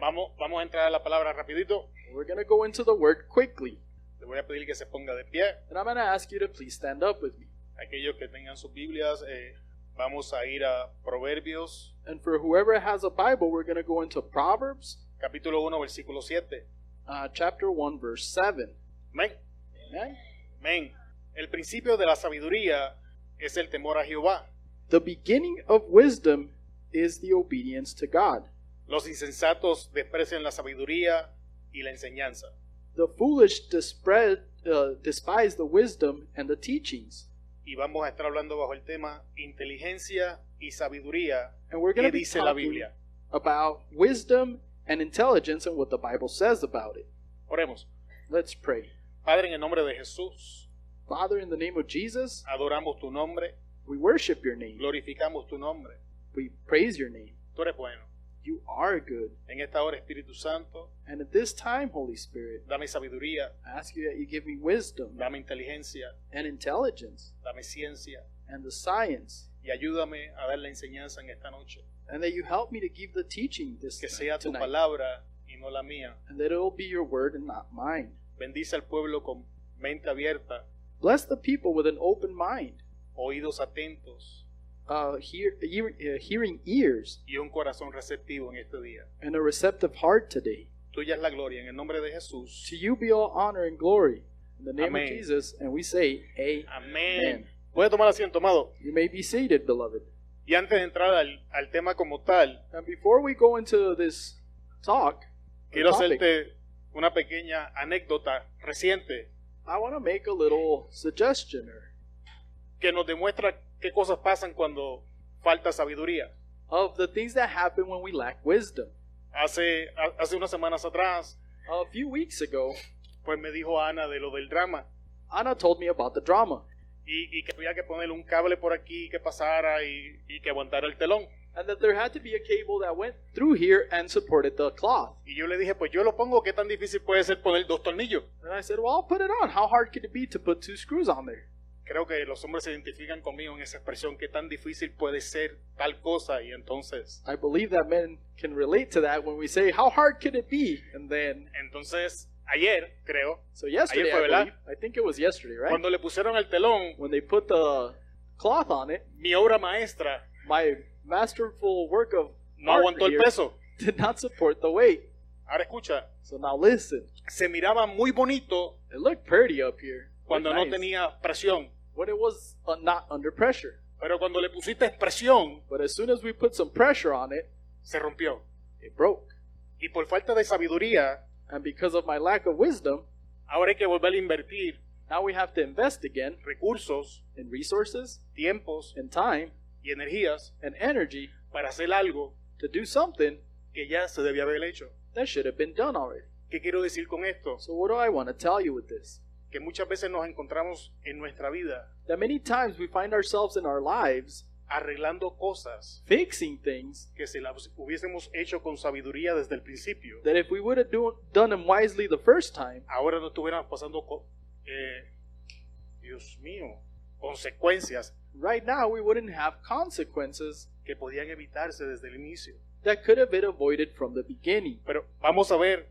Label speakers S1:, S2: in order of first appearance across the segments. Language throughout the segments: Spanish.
S1: Vamos, vamos a entrar a la palabra rapidito.
S2: We're going to go into the word quickly.
S1: Le voy a pedir que se ponga de pie.
S2: And I'm going to ask you to please stand up with me.
S1: Aquellos que tengan sus Biblias, eh, vamos a ir a Proverbios,
S2: And for whoever has a Bible, we're going to go into Proverbs
S1: capítulo 1, versículo 7.
S2: uh, chapter 1, verse 7.
S1: Amén.
S2: Amen?
S1: Amén. El principio de la sabiduría es el temor a Jehová.
S2: The beginning of wisdom is the obedience to God.
S1: Los insensatos desprecian la sabiduría y la enseñanza.
S2: The foolish despre- uh, despise the wisdom and the teachings.
S1: Y vamos a estar hablando bajo el tema inteligencia y sabiduría.
S2: And we're going
S1: ¿Qué
S2: to be
S1: dice la
S2: talking
S1: Biblia?
S2: about wisdom and intelligence and what the Bible says about it.
S1: Oremos.
S2: Let's pray.
S1: Padre, en el nombre de Jesús,
S2: Father, in the name of Jesus,
S1: adoramos tu nombre,
S2: we worship your name.
S1: glorificamos tu nombre.
S2: We praise your name.
S1: Tú eres bueno.
S2: You are good.
S1: En esta hora, Espíritu Santo,
S2: And at this time, Holy Spirit,
S1: dame sabiduría,
S2: I ask you that you give me wisdom
S1: dame inteligencia,
S2: and intelligence
S1: dame ciencia
S2: and the science,
S1: y ayúdame a dar la enseñanza en esta noche.
S2: and that you help me to give the teaching this
S1: Que sea tu
S2: tonight,
S1: palabra y no la mía.
S2: and that it will be your word and not mine.
S1: Bendice al pueblo con mente abierta,
S2: Bless the people with an open mind,
S1: oídos atentos
S2: uh, hear, ear, uh, hearing ears,
S1: y un corazón receptivo en este día.
S2: and a receptive heart today.
S1: Tuya es la gloria, en el nombre de
S2: To
S1: Jesús.
S2: you be all honor and glory. In the name
S1: Amén.
S2: of Jesus, and we say, A.
S1: Amén. Puede tomar asiento, amado.
S2: You may be seated, beloved.
S1: Y antes de entrar al, al tema como tal,
S2: And before we go into this talk, or
S1: quiero
S2: topic,
S1: hacerte una pequeña anécdota reciente
S2: I want to make a little suggestion or
S1: que nos demuestra qué cosas pasan cuando falta sabiduría.
S2: of the things that happen when we lack wisdom.
S1: Hace, ha- hace unas semanas atrás,
S2: A few weeks ago,
S1: pues me dijo Ana de lo del drama
S2: Anna told me about the drama
S1: y, y que había que ponerle un cable por aquí que pasara y, y que aguantara el telón.
S2: and that there had to be a cable that went through here and supported the cloth.
S1: Y yo le dije, pues yo lo pongo, ¿qué tan difícil puede ser poner dos tornillos?
S2: And I said, Well, I'll put it on. How hard could it be to put two screws on there?
S1: Creo que los hombres se identifican conmigo en esa expresión, ¿qué tan difícil puede ser tal cosa? Y entonces,
S2: I believe that men can relate to that when we say, How hard could it be? And then,
S1: entonces ayer, creo,
S2: so yesterday,
S1: fue,
S2: I,
S1: ¿verdad?
S2: believe, I think it was yesterday, right?
S1: cuando le pusieron el telón,
S2: when they put the cloth on it,
S1: mi obra maestra
S2: my masterful work of
S1: no
S2: art
S1: aguantó el
S2: here
S1: peso.
S2: did not support the weight.
S1: Ahora escucha,
S2: So now listen,
S1: se miraba muy bonito
S2: it looked pretty up here. It
S1: cuando
S2: looked
S1: no
S2: nice.
S1: tenía presión,
S2: when it was uh, not under pressure.
S1: pero cuando le pusiste presión,
S2: But as soon as we put some pressure on it,
S1: se rompió.
S2: it broke.
S1: Y por falta de sabiduría,
S2: And because of my lack of wisdom,
S1: ahora hay que volver a invertir
S2: now we have to invest again
S1: recursos,
S2: in resources,
S1: tiempos
S2: in time,
S1: y energías
S2: and energy
S1: para hacer algo
S2: to do something
S1: que ya se debía haber hecho.
S2: that should have been done already.
S1: ¿Qué quiero decir con esto?
S2: So, what do I want to tell you with this?
S1: Que muchas veces nos encontramos en nuestra vida
S2: That many times we find ourselves in our lives
S1: arreglando cosas
S2: fixing things
S1: que si las hubiésemos hecho con sabiduría desde el principio,
S2: that if we would have do, done them wisely the first time,
S1: ahora no estuviéramos pasando, co- eh, Dios mío, consecuencias
S2: right now we wouldn't have consequences
S1: que podían evitarse desde el inicio.
S2: that could have been avoided from the beginning.
S1: Pero vamos a ver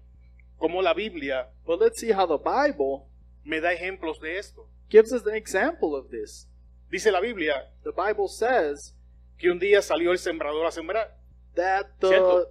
S1: cómo la Biblia
S2: But let's see how the Bible
S1: me da ejemplos de esto.
S2: gives us an example of this.
S1: Dice la Biblia
S2: The Bible says
S1: que un día salió el sembrador a sembrar.
S2: that the
S1: Cierto.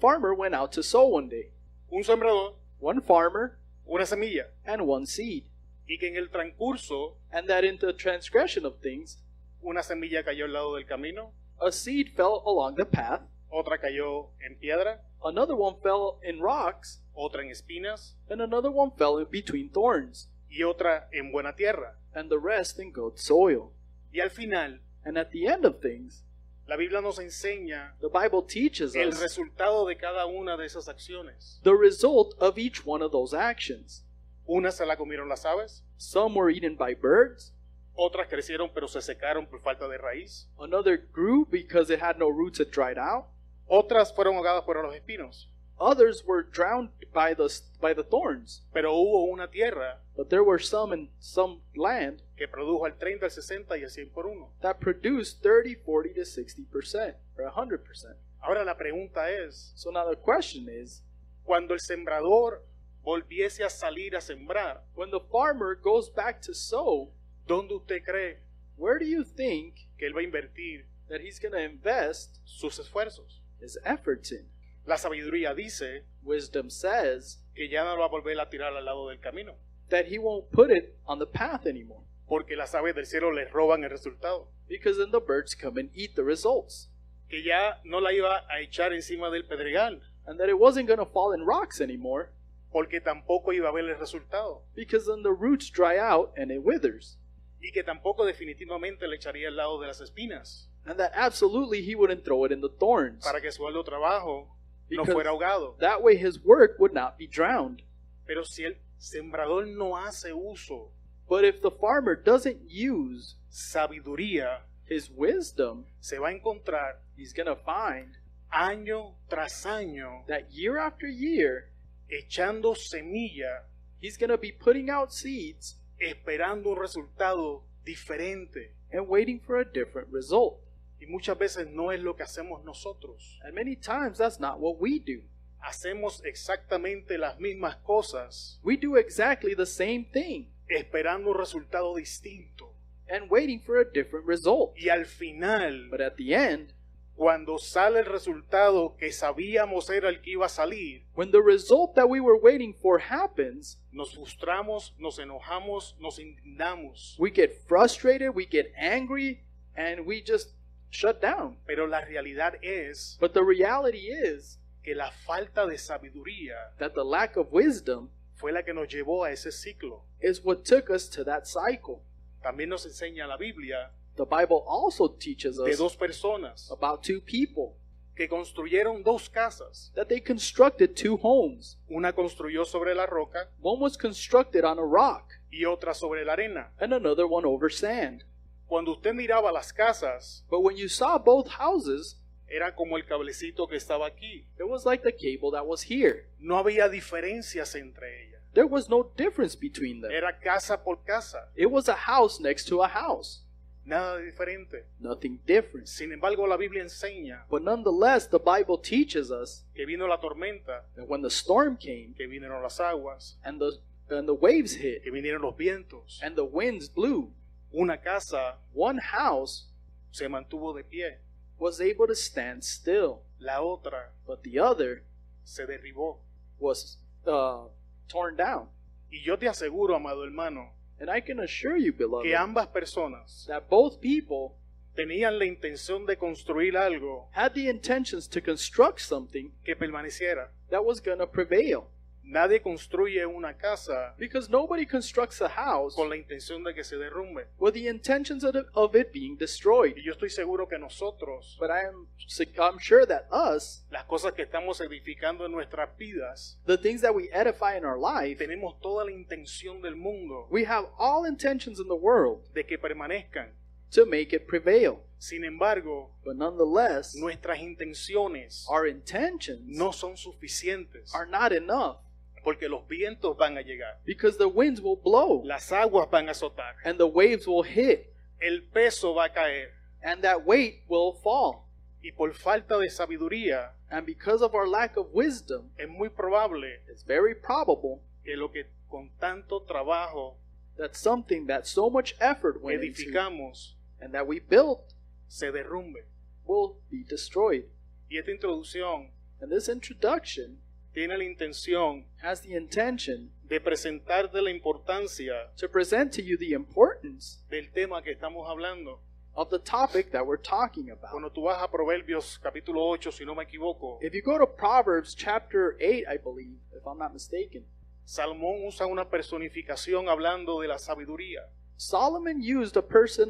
S2: farmer went out to sow one day.
S1: Un sembrador,
S2: One farmer
S1: una semilla.
S2: and one seed.
S1: Y que en el transcurso
S2: And that in the transgression of things,
S1: una semilla cayó al lado del camino,
S2: a seed fell along the path,
S1: otra cayó en piedra,
S2: another one fell in rocks,
S1: otra en espinas
S2: and another one fell in between thorns,
S1: y otra en buena tierra.
S2: and the rest in good soil.
S1: Y al final,
S2: And at the end of things,
S1: la Biblia nos enseña
S2: the Bible teaches
S1: el
S2: us
S1: resultado de cada una de esas acciones.
S2: the result of each one of those actions.
S1: Unas se la comieron las aves,
S2: Some were eaten by birds,
S1: otras crecieron pero se secaron por falta de raíz,
S2: another grew because it had no roots, it dried out,
S1: otras fueron ahogadas por los espinos.
S2: others were drowned by the, by the thorns.
S1: Pero hubo una tierra
S2: But there were some in some land
S1: que produjo al 30, al 60 y al 100 por uno.
S2: that produced 30, 40 to 60% or 100%.
S1: Ahora la pregunta es,
S2: So now the question is
S1: Cuando el sembrador volviese a salir a sembrar,
S2: When the farmer goes back to sow,
S1: ¿dónde usted cree
S2: where do you think
S1: que él va a invertir
S2: that he's going to invest
S1: sus esfuerzos?
S2: his efforts in?
S1: La sabiduría dice
S2: Wisdom says
S1: que ya no lo va a volver a tirar al lado del camino,
S2: that he won't put it on the path anymore
S1: porque las aves del cielo le roban el resultado,
S2: because then the birds come and eat the results,
S1: que ya no la iba a echar encima del pedregal,
S2: and that it wasn't going to fall in rocks anymore
S1: porque tampoco iba a ver el resultado,
S2: because then the roots dry out and it withers,
S1: y que tampoco definitivamente le echaría al lado de las espinas,
S2: and that absolutely he wouldn't throw it in the thorns.
S1: para que su arduo trabajo no
S2: Because-
S1: fuera ahogado.
S2: That way his work would not be drowned.
S1: Pero si el sembrador no hace uso,
S2: But if the farmer doesn't use
S1: sabiduría,
S2: his wisdom,
S1: se va a encontrar
S2: he's going to find
S1: año tras año
S2: that year after year,
S1: echando semilla,
S2: he's going to be putting out seeds
S1: esperando un resultado diferente.
S2: and waiting for a different result.
S1: Y muchas veces no es lo que hacemos nosotros.
S2: And many times that's not what we do.
S1: Hacemos exactamente las mismas cosas,
S2: We do exactly the same thing
S1: esperando un resultado distinto.
S2: and waiting for a different result.
S1: Y al final,
S2: But at the end,
S1: cuando sale el resultado que sabíamos era el que iba a salir,
S2: when the result that we were waiting for happens,
S1: nos frustramos, nos enojamos, nos indignamos.
S2: we get frustrated, we get angry, and we just shut down.
S1: Pero la realidad es
S2: But the reality is
S1: que la falta de sabiduría
S2: that the lack of wisdom
S1: fue la que nos llevó a ese ciclo.
S2: is what took us to that cycle.
S1: También nos enseña la Biblia
S2: The Bible also teaches
S1: de
S2: us
S1: dos personas
S2: about two people
S1: que construyeron dos casas.
S2: that they constructed two homes.
S1: Una construyó sobre la roca
S2: One was constructed on a rock
S1: y otra sobre la arena.
S2: and another one over sand.
S1: Cuando usted miraba las casas,
S2: But when you saw both houses,
S1: era como el cablecito que estaba aquí.
S2: it was like the cable that was here.
S1: No había diferencias entre ellas.
S2: There was no difference between them.
S1: Era casa por casa,
S2: It was a house next to a house,
S1: nada diferente.
S2: nothing different.
S1: Sin embargo, la Biblia enseña
S2: But nonetheless, the Bible teaches us
S1: que vino la tormenta,
S2: that when the storm came
S1: que vinieron las aguas,
S2: and the and the waves hit
S1: que vinieron los vientos.
S2: and the winds blew,
S1: Una casa
S2: one house
S1: se mantuvo de pie,
S2: was able to stand still,
S1: la otra
S2: but the other
S1: se derribó.
S2: was uh, torn down.
S1: Y yo te aseguro, amado hermano,
S2: And I can assure you, beloved,
S1: que ambas personas
S2: that both people
S1: tenían la intención de construir algo
S2: had the intentions to construct something
S1: que permaneciera.
S2: that was going to prevail.
S1: Nadie construye una casa
S2: Because nobody constructs a house
S1: con la intención de que se derrumbe.
S2: with the intentions of, of it being destroyed.
S1: Y yo estoy seguro que nosotros,
S2: But I am, sig- I'm sure that us,
S1: las cosas que estamos edificando en nuestras vidas,
S2: the things that we edify in our life,
S1: tenemos toda la intención del mundo
S2: we have all intentions in the world
S1: de que permanezcan.
S2: to make it prevail.
S1: Sin embargo,
S2: But nonetheless,
S1: nuestras intenciones
S2: our intentions
S1: no son suficientes
S2: are not enough
S1: porque los vientos van a llegar,
S2: because the winds will blow
S1: las aguas van a azotar,
S2: and the waves will hit
S1: el peso va a caer
S2: and that weight will fall.
S1: y por falta de sabiduría
S2: And because of our lack of wisdom,
S1: es muy probable
S2: it's very probable
S1: que lo que con tanto trabajo
S2: that something that so much effort went into
S1: edificamos
S2: and that we built
S1: se derrumbe.
S2: will be destroyed.
S1: Y esta introducción
S2: And this introduction
S1: tiene la intención
S2: has the intention
S1: de presentarte la importancia
S2: to present to you the importance
S1: del tema que estamos hablando.
S2: of the topic that we're talking about.
S1: Cuando tú vas a Proverbios capítulo 8, si no me equivoco,
S2: If you go to Proverbs chapter 8, I believe, if I'm not mistaken,
S1: Salomón usa una personificación hablando de la sabiduría.
S2: Solomon used a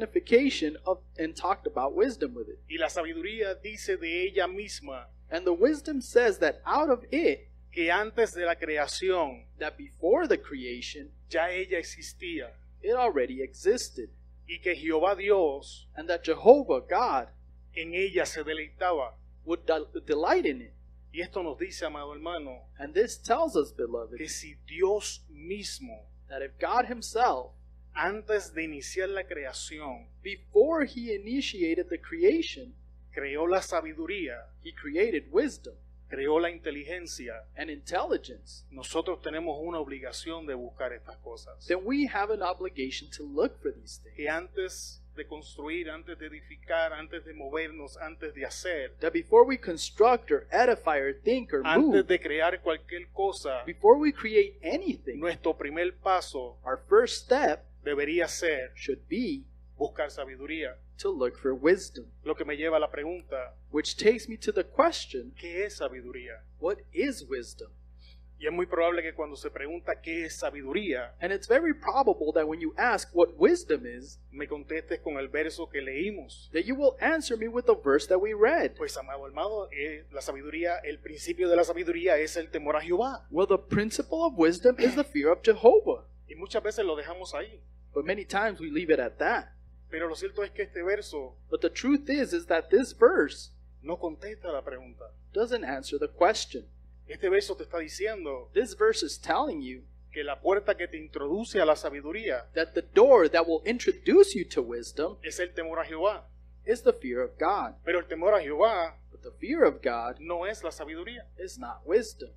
S2: personification of and talked about wisdom with it.
S1: Y la sabiduría dice de ella misma
S2: And the wisdom says that out of it,
S1: que antes de la creación
S2: that before the creation,
S1: ya ella existía
S2: it already existed,
S1: y que Jehová Dios
S2: and that Jehovah God
S1: en ella se deleitaba.
S2: would del- delight in it.
S1: Y esto nos dice, amado hermano,
S2: And this tells us, beloved,
S1: que si Dios mismo,
S2: that if God Himself,
S1: antes de iniciar la creación,
S2: before He initiated the creation,
S1: creó la sabiduría,
S2: He created wisdom,
S1: creó la inteligencia,
S2: and intelligence,
S1: nosotros tenemos una obligación de buscar estas cosas.
S2: then we have an obligation to look for these things.
S1: Que antes de construir, antes de edificar, antes de movernos, antes de hacer,
S2: That before we construct or edify or think or
S1: antes
S2: move,
S1: de crear cualquier cosa,
S2: before we create anything,
S1: nuestro primer paso
S2: our first step
S1: debería ser
S2: should be
S1: buscar sabiduría.
S2: to look for wisdom.
S1: Lo que me lleva a la pregunta,
S2: Which takes me to the question
S1: ¿qué es sabiduría?
S2: what is wisdom?
S1: Y es muy probable que cuando se pregunta qué es sabiduría,
S2: And it's very probable that when you ask what wisdom is,
S1: me contestes con el verso que leímos.
S2: that you will answer me with the verse that we read.
S1: Pues, amado hermano, eh, la sabiduría, el principio de la sabiduría es el temor a Jehová.
S2: Well, the principle of wisdom is the fear of Jehovah.
S1: Y muchas veces lo dejamos ahí.
S2: But many times we leave it at that.
S1: Pero lo cierto es que este verso
S2: But the truth is is that this verse
S1: no contesta la pregunta.
S2: doesn't answer the question.
S1: Este verso te está diciendo
S2: This verse is telling you
S1: que la puerta que te introduce a la sabiduría
S2: that the door that will introduce you to wisdom
S1: es el temor a Jehová.
S2: is the fear of God.
S1: Pero el temor a Jehová
S2: But the fear of God
S1: no es la sabiduría.
S2: is not wisdom.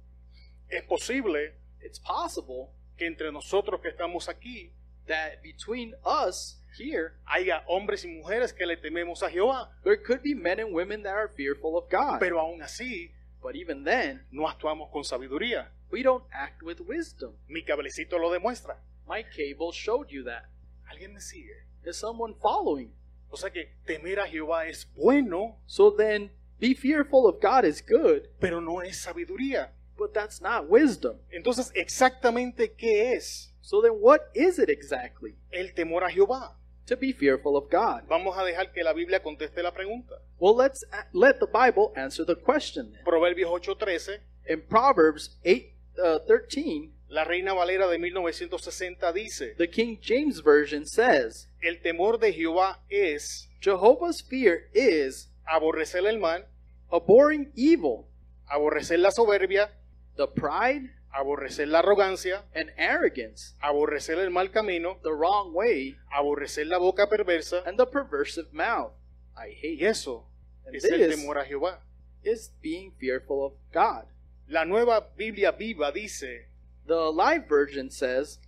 S1: Es posible
S2: It's possible
S1: que entre nosotros que estamos aquí
S2: that between us here,
S1: haya hombres y mujeres que le tememos a Jehová,
S2: there could be men and women that are fearful of God.
S1: pero aún así
S2: But even then,
S1: no actuamos con sabiduría.
S2: we don't act with wisdom.
S1: Mi cablecito lo demuestra.
S2: My cable showed you that.
S1: ¿Alguien me sigue?
S2: Is someone following?
S1: O sea que temer a Jehová es bueno,
S2: So then, be fearful of God is good,
S1: pero no es sabiduría.
S2: but that's not wisdom.
S1: Entonces, exactamente qué es
S2: So then, what is it exactly
S1: el temor a Jehová?
S2: to be fearful of God?
S1: Vamos a dejar que la Biblia conteste la pregunta.
S2: Well, let's a- let the Bible answer the question then.
S1: Proverbios 8:13,
S2: In Proverbs 8 uh, 13,
S1: la Reina Valera de 1960 dice,
S2: the King James Version says,
S1: el temor de Jehová es
S2: Jehovah's fear is
S1: aborrecer el mal,
S2: abhorring evil,
S1: aborrecer la soberbia,
S2: the pride
S1: aborrecer la arrogancia,
S2: and arrogance,
S1: aborrecer el mal camino,
S2: the wrong way,
S1: aborrecer la boca perversa.
S2: and the perversive mouth. I hate
S1: Y eso
S2: And
S1: es el
S2: this
S1: temor a Jehová.
S2: is being fearful of God.
S1: La nueva Biblia viva dice,
S2: The Live Version says,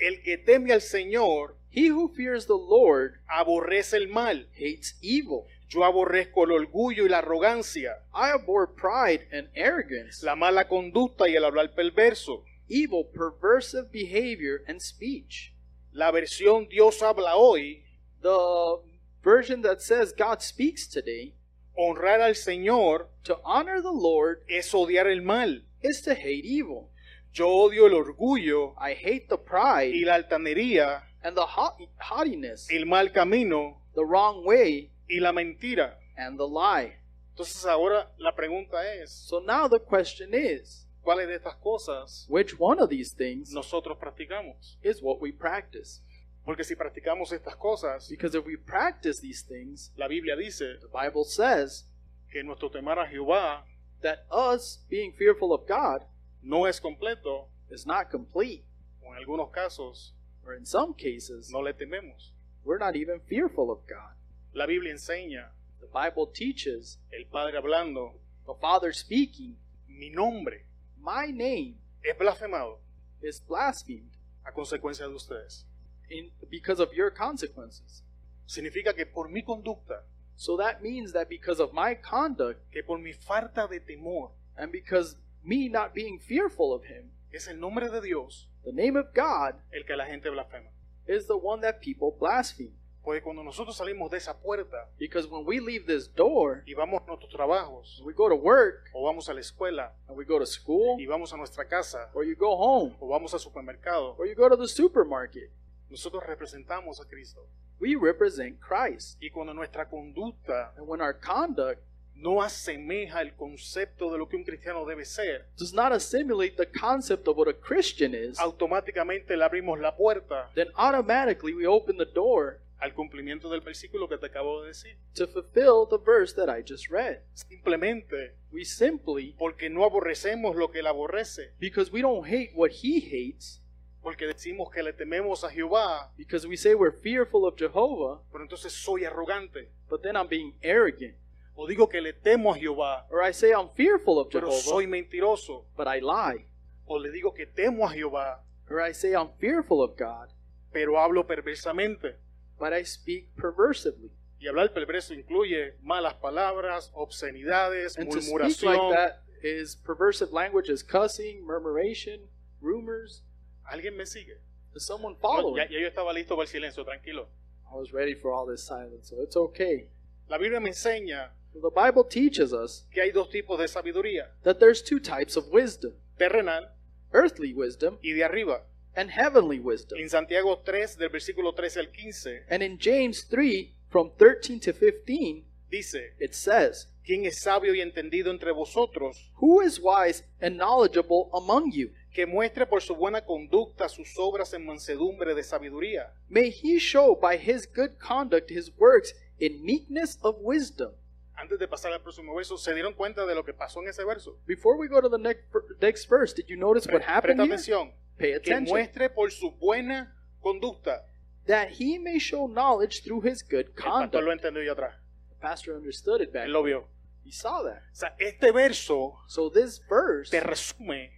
S1: el que teme al Señor
S2: He who fears the Lord
S1: aborrece el mal.
S2: hates evil.
S1: Yo aborrezco el orgullo y la arrogancia,
S2: I abhor pride and arrogance,
S1: la mala conducta y el hablar perverso.
S2: evil, perversive behavior and speech.
S1: La versión Dios habla hoy,
S2: The version that says God speaks today,
S1: honrar al Señor
S2: to honor the Lord
S1: es odiar el mal.
S2: is to hate evil.
S1: Yo odio el orgullo
S2: I hate the
S1: y
S2: pride
S1: la altanería,
S2: and the hau- haughtiness,
S1: el mal camino
S2: the wrong way
S1: y la mentira.
S2: and the lie.
S1: Entonces ahora la pregunta es,
S2: So now the question is,
S1: ¿cuáles de estas cosas
S2: which one of these things
S1: nosotros practicamos?
S2: is what we practice?
S1: Porque si practicamos estas cosas,
S2: Because if we practice these things,
S1: la Biblia dice
S2: the Bible says
S1: que nuestro temor a Jehová
S2: that us being fearful of God
S1: no es completo,
S2: is not complete,
S1: o en algunos casos
S2: or in some cases,
S1: no le tememos.
S2: we're not even fearful of God.
S1: La Biblia enseña,
S2: The Bible teaches
S1: el Padre hablando,
S2: the Father speaking,
S1: mi nombre
S2: My name
S1: es blasfemado
S2: is blasphemed
S1: a consecuencia de ustedes.
S2: in, because of your consequences.
S1: Significa que por mi conducta,
S2: So that means that because of my conduct
S1: que por mi falta de temor,
S2: and because me not being fearful of Him,
S1: es el nombre de Dios
S2: the name of God
S1: el que la gente blasfema.
S2: is the one that people blaspheme.
S1: Porque cuando nosotros salimos de esa puerta
S2: Because when we leave this door,
S1: y vamos a nuestros trabajos,
S2: we go to work
S1: o vamos a la escuela,
S2: and we go to school
S1: y vamos a nuestra casa,
S2: or you go home
S1: o vamos al supermercado,
S2: or you go to the supermarket.
S1: nosotros representamos a Cristo.
S2: We represent Christ.
S1: Y cuando nuestra conducta
S2: And when our conduct
S1: no asemeja el concepto de lo que un cristiano debe ser,
S2: does not assimilate the concept of what a Christian is,
S1: automáticamente le abrimos la puerta
S2: then automatically we open the door
S1: al cumplimiento del versículo que te acabo de decir.
S2: to fulfill the verse that I just read.
S1: Simplemente
S2: We simply,
S1: porque no aborrecemos lo que él aborrece,
S2: because we don't hate what he hates,
S1: porque decimos que le tememos a Jehová,
S2: because we say we're fearful of Jehovah,
S1: pero entonces soy arrogante,
S2: but then I'm being arrogant,
S1: o digo que le temo a Jehová,
S2: or I say I'm fearful of
S1: pero
S2: Jehovah,
S1: soy mentiroso,
S2: but I lie,
S1: o le digo que temo a Jehová,
S2: or I say I'm fearful of God,
S1: pero hablo perversamente.
S2: but I speak perversively.
S1: Y hablar perverso incluye malas palabras, obscenidades,
S2: And to speak like
S1: murmuración.
S2: that is perversive language is cussing, murmuration, rumors.
S1: ¿Alguien me sigue?
S2: Is someone
S1: No,
S2: following?
S1: ya, ya yo estaba listo para el silencio, tranquilo.
S2: I was ready for all this silence, so it's okay.
S1: La Biblia me enseña
S2: The Bible teaches us
S1: que hay dos tipos de sabiduría,
S2: that there's two types of wisdom
S1: terrenal
S2: earthly wisdom
S1: y de arriba.
S2: and heavenly wisdom.
S1: En Santiago 3, del versículo 13 al 15,
S2: And in James 3, from 13 to 15,
S1: dice,
S2: it says,
S1: ¿quién es sabio y entendido entre vosotros?
S2: Who is wise and knowledgeable among you?
S1: Que muestre por su buena conducta sus obras en mansedumbre de sabiduría.
S2: May he show by his good conduct his works in meekness of wisdom.
S1: Antes de pasar al próximo verso, ¿se dieron cuenta de lo que pasó en ese verso?
S2: Before we go to the next, next verse, did you notice
S1: Pre-
S2: what happened
S1: Presta
S2: here?
S1: atención.
S2: Pay
S1: Que
S2: attention.
S1: muestre por su buena conducta.
S2: That he may show knowledge through his good
S1: El pastor lo
S2: conduct.
S1: entendió ya atrás.
S2: The pastor understood it back.
S1: Él lo vio. O
S2: He saw that.
S1: sea, este verso
S2: So this verse
S1: te resume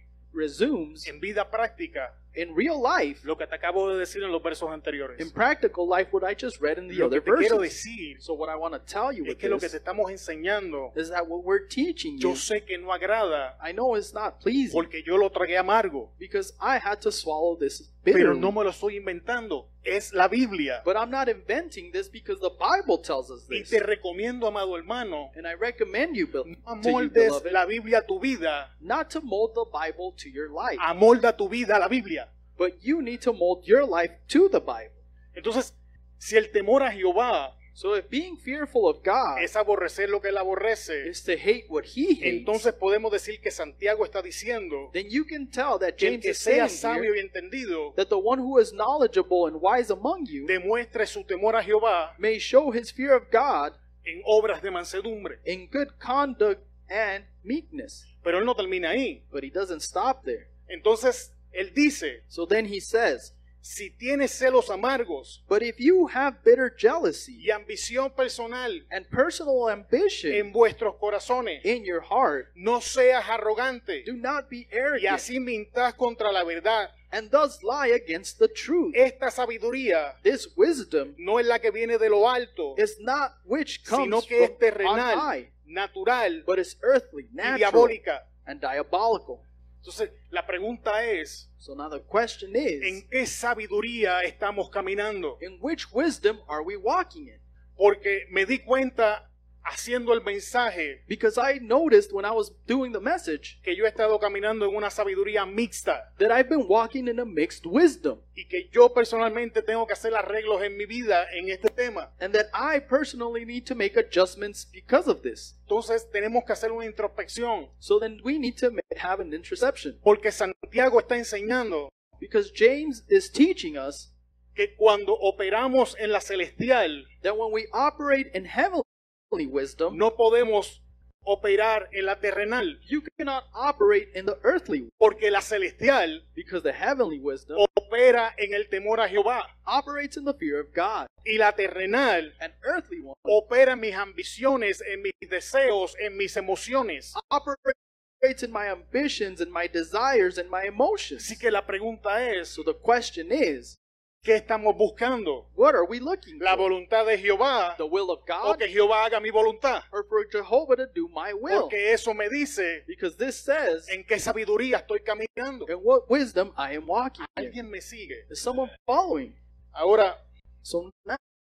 S2: resumes
S1: en vida práctica
S2: in real life,
S1: lo que te acabo de decir en los versos
S2: in
S1: anteriores.
S2: practical life, what I just read in the
S1: Lo que
S2: other
S1: te quiero
S2: verses.
S1: decir
S2: So what I want to tell you
S1: es
S2: with
S1: que lo que
S2: this
S1: te estamos enseñando,
S2: is that what we're teaching
S1: yo
S2: you,
S1: sé que no agrada
S2: I know it's not pleasing
S1: porque yo lo tragué amargo,
S2: because I had to swallow this
S1: pero no
S2: bitterly.
S1: me lo estoy inventando. Es la Biblia.
S2: But I'm not inventing this because the Bible tells us
S1: Y
S2: this.
S1: te recomiendo, amado hermano,
S2: And I recommend you, bel-
S1: no
S2: to you
S1: amoldes
S2: beloved,
S1: la Biblia a tu vida,
S2: not to mold the Bible to your life,
S1: Ah. amolda tu vida a la Biblia.
S2: but you need to mold your life to the Bible.
S1: Entonces, si el temor a Jehová
S2: So if being fearful of God
S1: es aborrecer lo que él aborrece,
S2: is to hate what He hates,
S1: entonces podemos decir que Santiago está diciendo
S2: then you can tell that
S1: que el
S2: James
S1: que
S2: is
S1: sea
S2: saying
S1: sabio
S2: here
S1: y entendido
S2: that the one who is knowledgeable and wise among you
S1: demuestre su temor a Jehová
S2: may show his fear of God
S1: en obras de mansedumbre.
S2: in good conduct and meekness.
S1: Pero él no termina ahí.
S2: But he doesn't stop there.
S1: Entonces, él dice,
S2: So then he says,
S1: si tienes celos amargos
S2: But if you have bitter jealousy
S1: y ambición personal
S2: and personal ambition
S1: en vuestros corazones,
S2: in your heart,
S1: no seas arrogante
S2: do not be
S1: y
S2: arrogant
S1: así mintas contra la verdad.
S2: and thus lie against the truth.
S1: Esta sabiduría
S2: This wisdom
S1: no es la que viene de lo alto,
S2: is not which
S1: sino
S2: comes
S1: que
S2: from
S1: es
S2: on
S1: terrenal,
S2: high,
S1: natural
S2: but is earthly,
S1: y
S2: natural,
S1: diabólica.
S2: and diabolical.
S1: Entonces, la pregunta es,
S2: So now the question is,
S1: ¿en qué sabiduría estamos caminando?
S2: in which wisdom are we walking in?
S1: Porque me di cuenta haciendo el mensaje
S2: Because I noticed when I was doing the message
S1: que yo he estado caminando en una sabiduría mixta
S2: that I've been walking in a mixed wisdom.
S1: y que yo personalmente tengo que hacer arreglos en mi vida en este tema.
S2: and that I personally need to make adjustments because of this.
S1: Entonces tenemos que hacer una introspección
S2: So then we need to ma- have an interception
S1: porque Santiago está enseñando
S2: because James is teaching us
S1: que cuando operamos en la celestial
S2: that when we operate in heavenly wisdom,
S1: no podemos operar en la terrenal
S2: you cannot operate in the earthly
S1: porque la celestial
S2: because the heavenly wisdom
S1: opera en el temor a Jehová
S2: operates in the fear of God,
S1: y la terrenal
S2: and earthly one
S1: opera en mis ambiciones, en mis deseos, en mis emociones.
S2: operates in my ambitions and my desires and my emotions.
S1: Así que la pregunta es,
S2: So the question is,
S1: ¿qué estamos buscando?
S2: what are we looking
S1: ¿La
S2: for?
S1: voluntad de Jehová
S2: The will of
S1: o
S2: God
S1: que Jehová haga mi voluntad?
S2: or for Jehovah to do my will?
S1: Porque eso me dice
S2: Because this says
S1: en qué sabiduría estoy caminando.
S2: and what wisdom I am walking in.
S1: Alguien me sigue.
S2: Is someone following?
S1: Ahora,
S2: So now,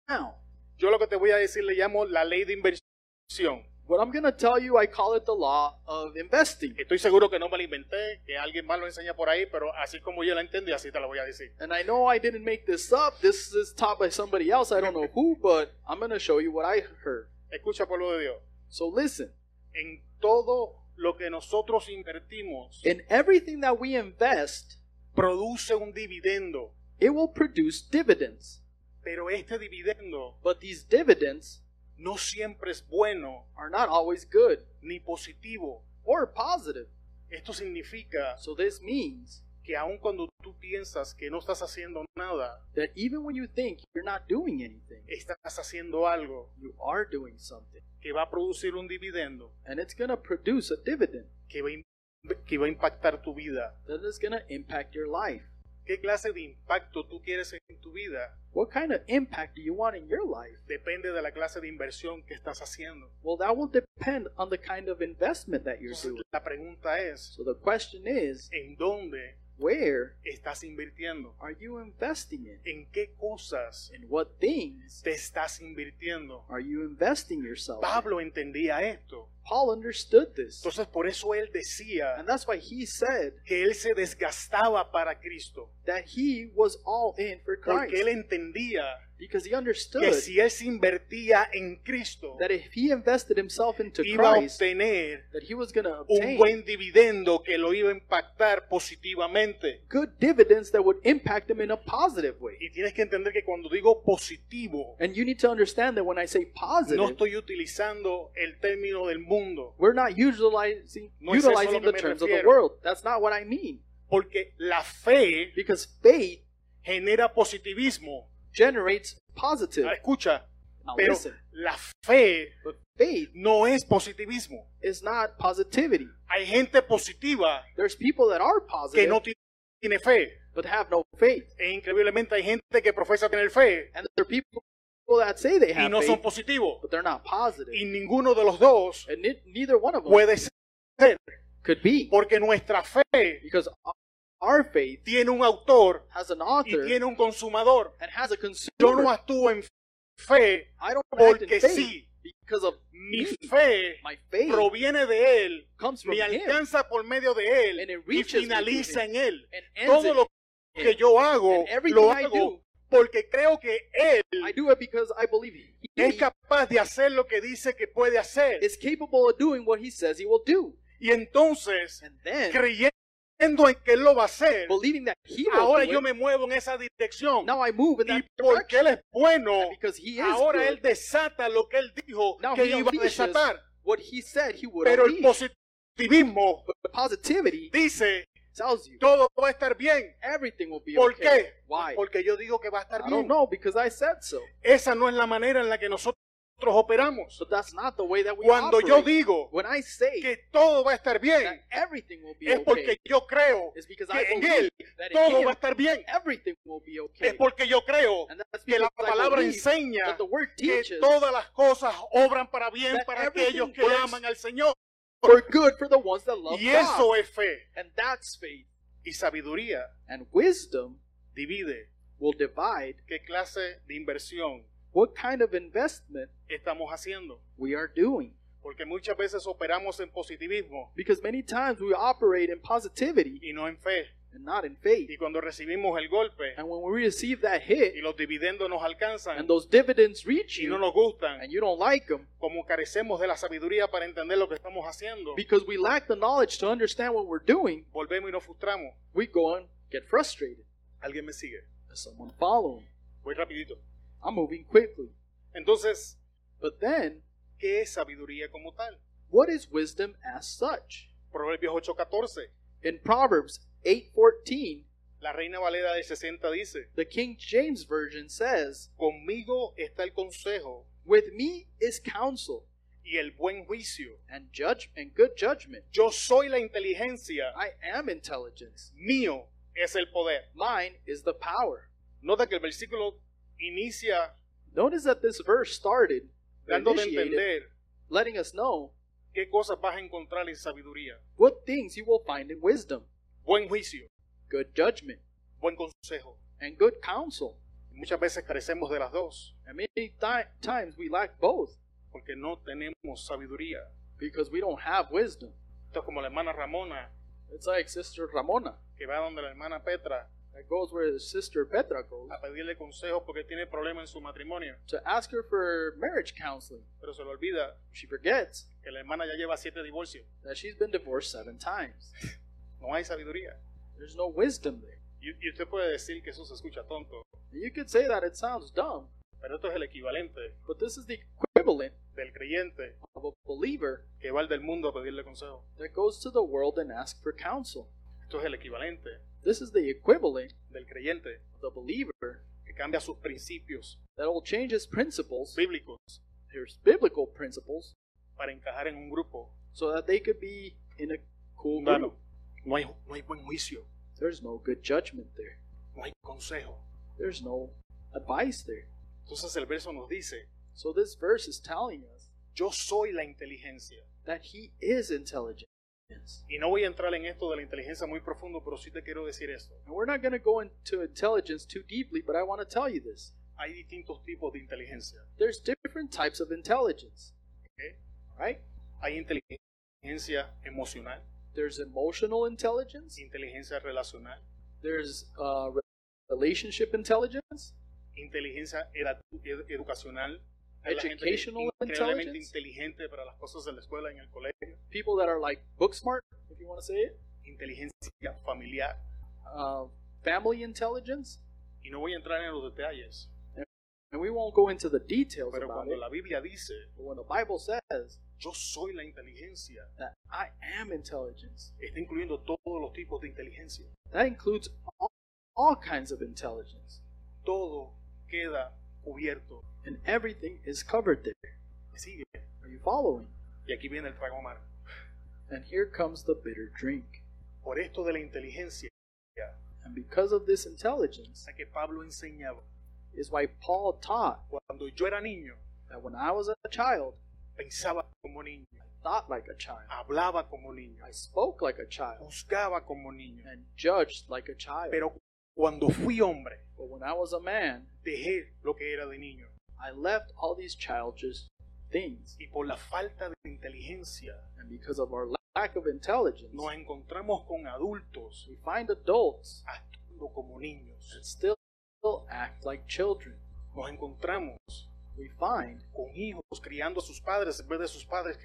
S2: now,
S1: yo lo que te voy a decir le llamo la ley de inversión.
S2: what I'm going to tell you, I call it the law of investing.
S1: Estoy seguro que no me la inventé, que alguien más lo enseña por ahí, pero así como yo la entendí, así te la voy a decir.
S2: And I know I didn't make this up. This is taught by somebody else. I don't know who, but I'm going to show you what I heard.
S1: Escucha, pueblo de Dios.
S2: So listen,
S1: En todo lo que nosotros invertimos,
S2: in everything that we invest,
S1: produce un dividendo,
S2: it will produce dividends.
S1: pero este dividendo
S2: But these dividends
S1: no siempre es bueno
S2: are not always good
S1: ni positivo.
S2: or positive.
S1: Esto significa
S2: So this means
S1: que aun cuando tú piensas que no estás haciendo nada,
S2: that even when you think you're not doing anything,
S1: estás haciendo algo
S2: you are doing something.
S1: que va a producir un dividendo,
S2: And it's going to produce a dividend
S1: que va, a im- que va a impactar tu vida.
S2: that is going to impact your life.
S1: ¿Qué clase de impacto tú quieres en tu vida?
S2: What kind of impact do you want in your life?
S1: Depende de la clase de inversión que estás haciendo.
S2: Well, that will depend on the kind of investment that you're
S1: Entonces,
S2: doing.
S1: la pregunta es,
S2: So the question is,
S1: ¿en dónde
S2: where
S1: estás invirtiendo?
S2: are you investing in?
S1: ¿En qué cosas
S2: In what things
S1: te estás invirtiendo?
S2: are you investing yourself? in?
S1: Pablo entendía esto.
S2: Paul understood this.
S1: Entonces por eso él decía
S2: And that's why he said
S1: que él se desgastaba para Cristo.
S2: that he was all in for Christ.
S1: Porque él entendía
S2: Because he
S1: que
S2: understood
S1: si él se invertía en Cristo,
S2: that if he invested himself into
S1: iba a
S2: Christ,
S1: obtener
S2: that he was going to
S1: un
S2: obtain
S1: buen dividendo que lo iba a impactar positivamente.
S2: good dividends that would impact him in a positive way.
S1: Y tienes que entender que cuando digo positivo,
S2: And you need to understand that when I say positive,
S1: no estoy utilizando el término del mundo,
S2: we're not utilizing,
S1: No es eso lo
S2: utilizing
S1: que
S2: the
S1: me
S2: terms of the
S1: refiero.
S2: world. That's not what I mean.
S1: porque la fe
S2: Because faith
S1: genera positivismo.
S2: generates positive.
S1: Ah, Escucha,
S2: Now
S1: pero
S2: listen,
S1: la fe
S2: but faith
S1: no es positivismo.
S2: is not positivity.
S1: Hay gente positiva
S2: There's people that are
S1: que
S2: positive
S1: no ti- tiene fe.
S2: but have no faith.
S1: E increíblemente hay gente que profesa tener fe
S2: And there are people that say they
S1: y
S2: have
S1: no son
S2: faith,
S1: positivos.
S2: but they're not positive.
S1: Y ninguno de los dos
S2: And it, neither one of them
S1: puede ser,
S2: could be.
S1: porque nuestra fe
S2: Because our faith
S1: tiene un autor
S2: has an
S1: y
S2: author
S1: tiene un consumador.
S2: and has a
S1: Yo no
S2: consumer.
S1: actúo en fe,
S2: I don't act in
S1: porque
S2: faith
S1: sí,
S2: because of
S1: mi
S2: me.
S1: fe
S2: My faith
S1: proviene de Él,
S2: comes from
S1: me
S2: Him
S1: alcanza por medio de Él
S2: And it
S1: y
S2: reaches me
S1: finaliza en
S2: through
S1: Él.
S2: and ends
S1: Todo
S2: it.
S1: lo que yo hago,
S2: And everything
S1: lo
S2: I
S1: hago
S2: do,
S1: porque creo que Él
S2: I do it because I believe He
S1: es capaz de hacer lo que dice que puede hacer.
S2: is capable of doing what He says He will do.
S1: Y entonces,
S2: And then,
S1: creyendo en que Él lo va a hacer,
S2: believing that He will
S1: ahora
S2: do
S1: yo
S2: it,
S1: me muevo en esa dirección.
S2: now I move in
S1: Y
S2: that
S1: porque
S2: direction.
S1: Él es bueno,
S2: And because He is
S1: ahora
S2: good,
S1: Él desata lo que Él dijo
S2: Now
S1: que
S2: he
S1: iba a
S2: unleashes
S1: desatar.
S2: what He said He would
S1: Pero el
S2: unleash.
S1: positivismo
S2: But positivity
S1: dice,
S2: tells you
S1: todo va a estar bien.
S2: everything will be
S1: ¿Por
S2: okay.
S1: qué?
S2: Why?
S1: Porque yo digo que va a estar
S2: I
S1: bien.
S2: don't know because I said so.
S1: Esa no es la manera en la que nosotros operamos.
S2: But that's not the way that we
S1: Cuando yo
S2: operate.
S1: digo
S2: when I say
S1: que todo va a estar bien,
S2: that everything will be
S1: es porque
S2: okay,
S1: yo creo
S2: it's because I
S1: que en
S2: believe
S1: Él
S2: that in
S1: todo
S2: Him,
S1: va a estar bien.
S2: everything will be
S1: Es
S2: okay.
S1: porque yo creo
S2: And that's
S1: que
S2: because
S1: la
S2: I
S1: palabra
S2: believe
S1: enseña
S2: that the word
S1: que
S2: teaches
S1: todas las cosas obran para bien
S2: that
S1: para
S2: everything
S1: aquellos que
S2: works
S1: aman al Señor.
S2: for good for the ones that love
S1: Y
S2: God.
S1: eso es fe.
S2: And that's faith.
S1: Y sabiduría
S2: And wisdom
S1: divide
S2: will divide
S1: qué clase de inversión
S2: what kind of investment
S1: estamos haciendo.
S2: we are doing.
S1: Porque muchas veces operamos en positivismo
S2: Because many times we operate in positivity
S1: y no en fe.
S2: and not in faith.
S1: Y cuando recibimos el golpe
S2: And when we receive that
S1: y
S2: hit
S1: los dividendos nos alcanzan
S2: and those dividends reach
S1: y no
S2: you
S1: nos gustan,
S2: and you don't like them
S1: como carecemos de la sabiduría para entender lo que estamos haciendo,
S2: because we lack the knowledge to understand what we're doing,
S1: volvemos y nos frustramos.
S2: we go and get frustrated.
S1: Alguien me sigue.
S2: There's someone following.
S1: Voy rapidito.
S2: I'm moving quickly.
S1: Entonces,
S2: But then,
S1: ¿qué es sabiduría como tal?
S2: what is wisdom as such?
S1: Proverbios 8:14.
S2: In Proverbs 8:14,
S1: La Reina Valera del 60 dice,
S2: the King James version says,
S1: conmigo está el consejo
S2: "With me is counsel
S1: y el buen juicio.
S2: and judge and good judgment.
S1: Yo soy la inteligencia,
S2: I am intelligence.
S1: mío es el poder.
S2: Mine is the power."
S1: Nota que el versículo inicia
S2: Notice that this verse started
S1: dando de
S2: initiated,
S1: entender
S2: letting us know
S1: qué cosas vas a encontrar en sabiduría.
S2: what things you will find in wisdom,
S1: Buen juicio,
S2: good judgment,
S1: buen consejo.
S2: and good counsel.
S1: Muchas veces carecemos de las dos
S2: And many ti- times we lack both
S1: porque no tenemos sabiduría.
S2: because we don't have wisdom.
S1: Esto es como la hermana Ramona
S2: It's like Sister Ramona
S1: que va donde la hermana Petra
S2: that goes where Sister Petra goes
S1: a pedirle consejos porque tiene problemas en su matrimonio,
S2: to ask her for marriage counseling.
S1: pero se le olvida
S2: She forgets
S1: que la hermana ya lleva siete divorcios.
S2: that she's been divorced seven times.
S1: No hay sabiduría.
S2: There's no wisdom there.
S1: Y, y usted puede decir que eso se escucha tonto,
S2: And you could say that it sounds dumb,
S1: pero esto es el equivalente
S2: but this is the equivalent
S1: del creyente
S2: of a believer
S1: que va al del mundo a pedirle consejos.
S2: that goes to the world and asks for counsel.
S1: Esto es el equivalente
S2: This is the equivalent
S1: del creyente
S2: of the believer
S1: que cambia sus principios
S2: that will change his principles,
S1: bíblicos
S2: his biblical principles,
S1: para encajar en un grupo.
S2: so that they could be in a cool group.
S1: Mundano. No hay, no hay buen juicio,
S2: There's no good judgment there.
S1: no hay consejo.
S2: There's no advice there.
S1: Entonces el verso nos dice,
S2: So this verse is telling us
S1: yo soy la inteligencia.
S2: that he is intelligent. Yes.
S1: Y no voy a entrar en esto de la inteligencia muy profundo, pero sí te quiero decir esto.
S2: And we're not going to go into intelligence too deeply, but I want to tell you this.
S1: Hay distintos tipos de inteligencia.
S2: There's different types of intelligence,
S1: ¿ok?
S2: right?
S1: Hay inteligencia emocional,
S2: There's emotional intelligence,
S1: inteligencia relacional,
S2: there's uh, re- relationship intelligence,
S1: inteligencia edu- edu- educacional. Hay la gente que es
S2: Educational
S1: increíblemente
S2: intelligence.
S1: inteligente para las cosas de la escuela, en el colegio,
S2: people that are like book smart, if you want to say it,
S1: inteligencia familiar.
S2: uh, family intelligence,
S1: Y no voy a entrar en los detalles,
S2: and we won't go into the details
S1: pero
S2: about
S1: cuando
S2: it.
S1: la Biblia dice,
S2: But when the Bible says
S1: yo soy la inteligencia,
S2: that I am intelligence,
S1: está incluyendo todos los tipos de inteligencia.
S2: that includes all, all kinds of intelligence,
S1: Todo queda cubierto.
S2: and everything is covered there.
S1: Me Sigue.
S2: Are you following?
S1: Y aquí viene el trago amargo.
S2: And here comes the bitter drink.
S1: Por esto de la inteligencia, o
S2: And because of this intelligence,
S1: sea que Pablo enseñaba,
S2: is why Paul taught
S1: cuando yo era niño,
S2: that when I was a child,
S1: pensaba como niño,
S2: thought like a child,
S1: hablaba como niño,
S2: I spoke like a child,
S1: juzgaba como niño.
S2: and judged like a child.
S1: Pero cuando fui hombre,
S2: But when I was a man,
S1: dejé lo que era de niño.
S2: I left all these childish things.
S1: Y por la falta de inteligencia,
S2: And because of our lack of intelligence,
S1: nos encontramos con adultos
S2: we find adults
S1: actuando como niños.
S2: that still act like children.
S1: Nos encontramos
S2: We find
S1: con hijos criando a sus padres en vez de sus padres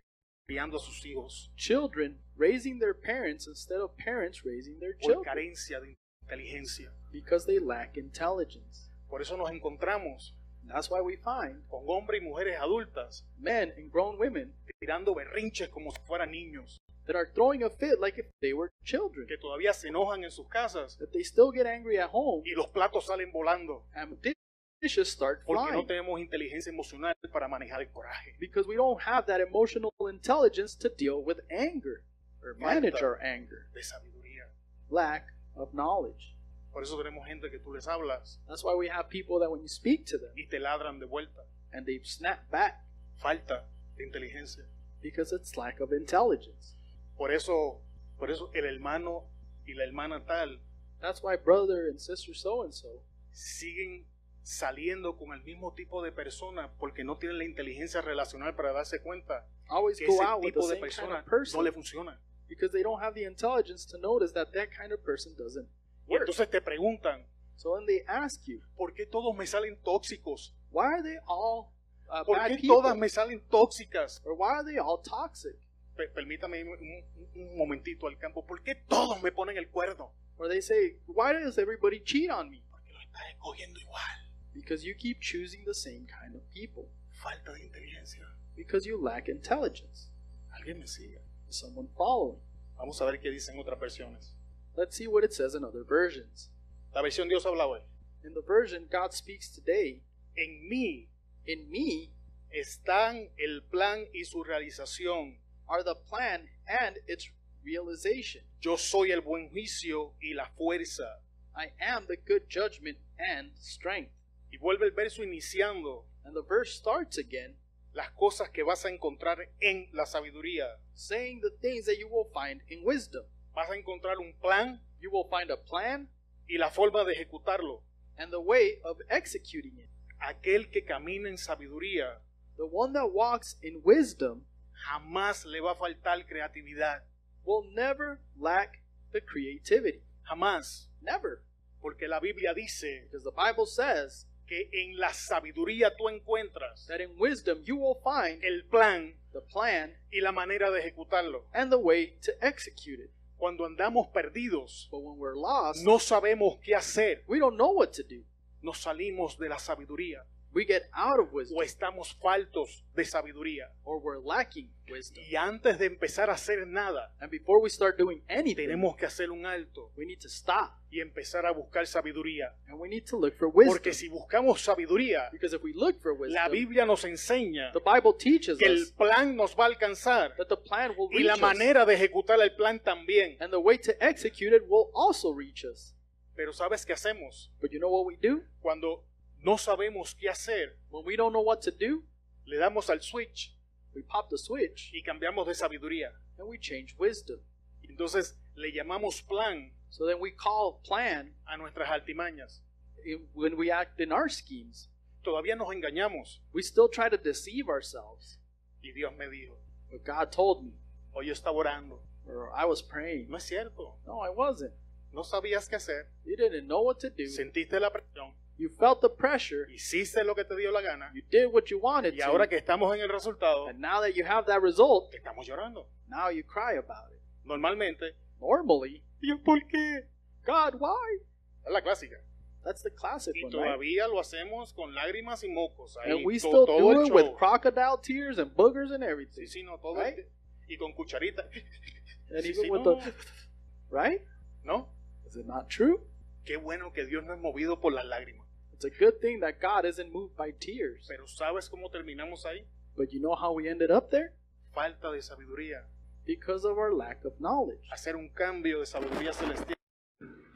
S1: criando a sus hijos
S2: children raising their parents instead of parents raising their
S1: por
S2: children
S1: carencia de inteligencia.
S2: because they lack intelligence.
S1: Por eso nos encontramos
S2: And that's why we find
S1: con hombres y mujeres adultas
S2: men and grown women
S1: tirando berrinches como si fueran niños,
S2: that are throwing a fit like if they were children,
S1: que todavía se enojan en sus casas
S2: that they still get angry at home
S1: y los platos salen volando
S2: and dishes start
S1: porque no
S2: flying
S1: tenemos inteligencia emocional para manejar el coraje.
S2: because we don't have that emotional intelligence to deal with anger or manage our anger.
S1: De sabiduría.
S2: Lack of knowledge.
S1: Por eso tenemos gente que tú les hablas
S2: That's why we have people that when you speak to them
S1: y te ladran de vuelta.
S2: and they snap back
S1: Falta de inteligencia.
S2: because it's lack of intelligence.
S1: Por eso, por eso el hermano y la hermana tal
S2: That's why brother and sister so and so
S1: siguen saliendo con el mismo tipo de personas porque no tienen la inteligencia relacional para darse cuenta
S2: always
S1: que
S2: go
S1: ese
S2: out with the
S1: tipo de
S2: same
S1: persona
S2: kind of
S1: no le
S2: person
S1: funciona.
S2: because they don't have the intelligence to notice that that kind of person doesn't
S1: Y
S2: work.
S1: entonces te preguntan,
S2: So then they ask you,
S1: ¿por qué todos me salen tóxicos?
S2: why are they all uh,
S1: ¿Por qué
S2: bad
S1: todas
S2: people?
S1: me salen tóxicas?
S2: Or why are they all toxic?
S1: Pe- permítame un, un- un momentito al campo. ¿Por qué todos me ponen el cuerno?
S2: Or they say, why does everybody cheat on me?
S1: Porque lo estás escogiendo igual.
S2: Because you keep choosing the same kind of people.
S1: Falta de inteligencia.
S2: Because you lack intelligence.
S1: Alguien me sigue.
S2: Is someone following?
S1: Vamos a ver qué dicen otras versiones.
S2: Let's see what it says in other versions.
S1: La versión Dios habla hoy.
S2: In the version God speaks today,
S1: En mí
S2: in me
S1: están el plan y su realización.
S2: are the plan and its realization.
S1: Yo soy el buen juicio y la fuerza.
S2: I am the good judgment and strength.
S1: Y vuelve el verso iniciando
S2: And the verse starts again,
S1: las cosas que vas a encontrar en la sabiduría.
S2: saying the things that you will find in wisdom.
S1: Vas a encontrar un plan
S2: You will find a plan
S1: y la forma de ejecutarlo.
S2: and the way of executing it.
S1: Aquel que camina en sabiduría
S2: The one that walks in wisdom
S1: jamás le va a faltar creatividad.
S2: will never lack the creativity.
S1: Jamás.
S2: Never.
S1: Porque la Biblia dice
S2: Because the Bible says
S1: que en la sabiduría tú encuentras
S2: that in wisdom you will find
S1: el plan
S2: the plan
S1: y la manera de ejecutarlo.
S2: and the way to execute it.
S1: Cuando andamos perdidos,
S2: But when we're lost,
S1: no sabemos qué hacer.
S2: we don't know what to do.
S1: Nos salimos de la sabiduría.
S2: we get out of wisdom
S1: o estamos faltos de sabiduría.
S2: or we're lacking wisdom.
S1: Y antes de empezar a hacer nada,
S2: And before we start doing anything,
S1: tenemos que hacer un alto
S2: we need to stop
S1: y empezar a buscar sabiduría.
S2: and we need to look for
S1: Porque
S2: wisdom.
S1: si buscamos sabiduría,
S2: Because if we look for
S1: la
S2: wisdom,
S1: Biblia nos enseña
S2: the Bible teaches
S1: que el
S2: us
S1: plan nos va a alcanzar
S2: that the plan will
S1: y
S2: reach
S1: la
S2: us
S1: manera de ejecutar el plan también.
S2: and the way to execute it will also reach us.
S1: Pero ¿sabes qué hacemos?
S2: But you know what we do?
S1: Cuando no sabemos qué hacer,
S2: When we don't know what to do,
S1: le damos al switch
S2: we pop the switch
S1: y cambiamos de sabiduría.
S2: and we change wisdom.
S1: Entonces le llamamos plan
S2: So then we call plan
S1: a nuestras altimañas.
S2: in- when we act in our schemes.
S1: Todavía nos engañamos.
S2: We still try to deceive ourselves.
S1: Y Dios me dijo,
S2: But God told me,
S1: o yo estaba orando.
S2: or I was praying.
S1: No es cierto.
S2: No, I wasn't.
S1: No sabías qué hacer.
S2: You didn't know what to do.
S1: Sentiste la presión.
S2: You felt the pressure.
S1: Hiciste lo que te dio la gana.
S2: You did what you wanted
S1: Y ahora
S2: to.
S1: que estamos en el resultado,
S2: And now that you have that result,
S1: estamos llorando.
S2: now you cry about it.
S1: Normalmente.
S2: Normally,
S1: Dios, ¿por qué?
S2: God, why?
S1: Es la clásica.
S2: That's the classic
S1: Y
S2: one, right?
S1: todavía lo hacemos con lágrimas y mocos. Ahí,
S2: And we
S1: to-
S2: still
S1: todo
S2: do
S1: el
S2: it with
S1: show.
S2: crocodile tears and boogers and
S1: Sí,
S2: everything.
S1: sí, no, todo.
S2: Right?
S1: Y con cucharita.
S2: And
S1: Sí,
S2: even
S1: sí,
S2: with
S1: no,
S2: the. Right?
S1: ¿No?
S2: Is it not true?
S1: Qué bueno que Dios no es movido por las lágrimas.
S2: It's a good thing that God isn't moved by tears.
S1: Pero ¿sabes cómo terminamos ahí?
S2: But you know how we ended up there?
S1: Falta de sabiduría.
S2: Because of our lack of knowledge.
S1: Hacer un cambio de sabiduría celestial.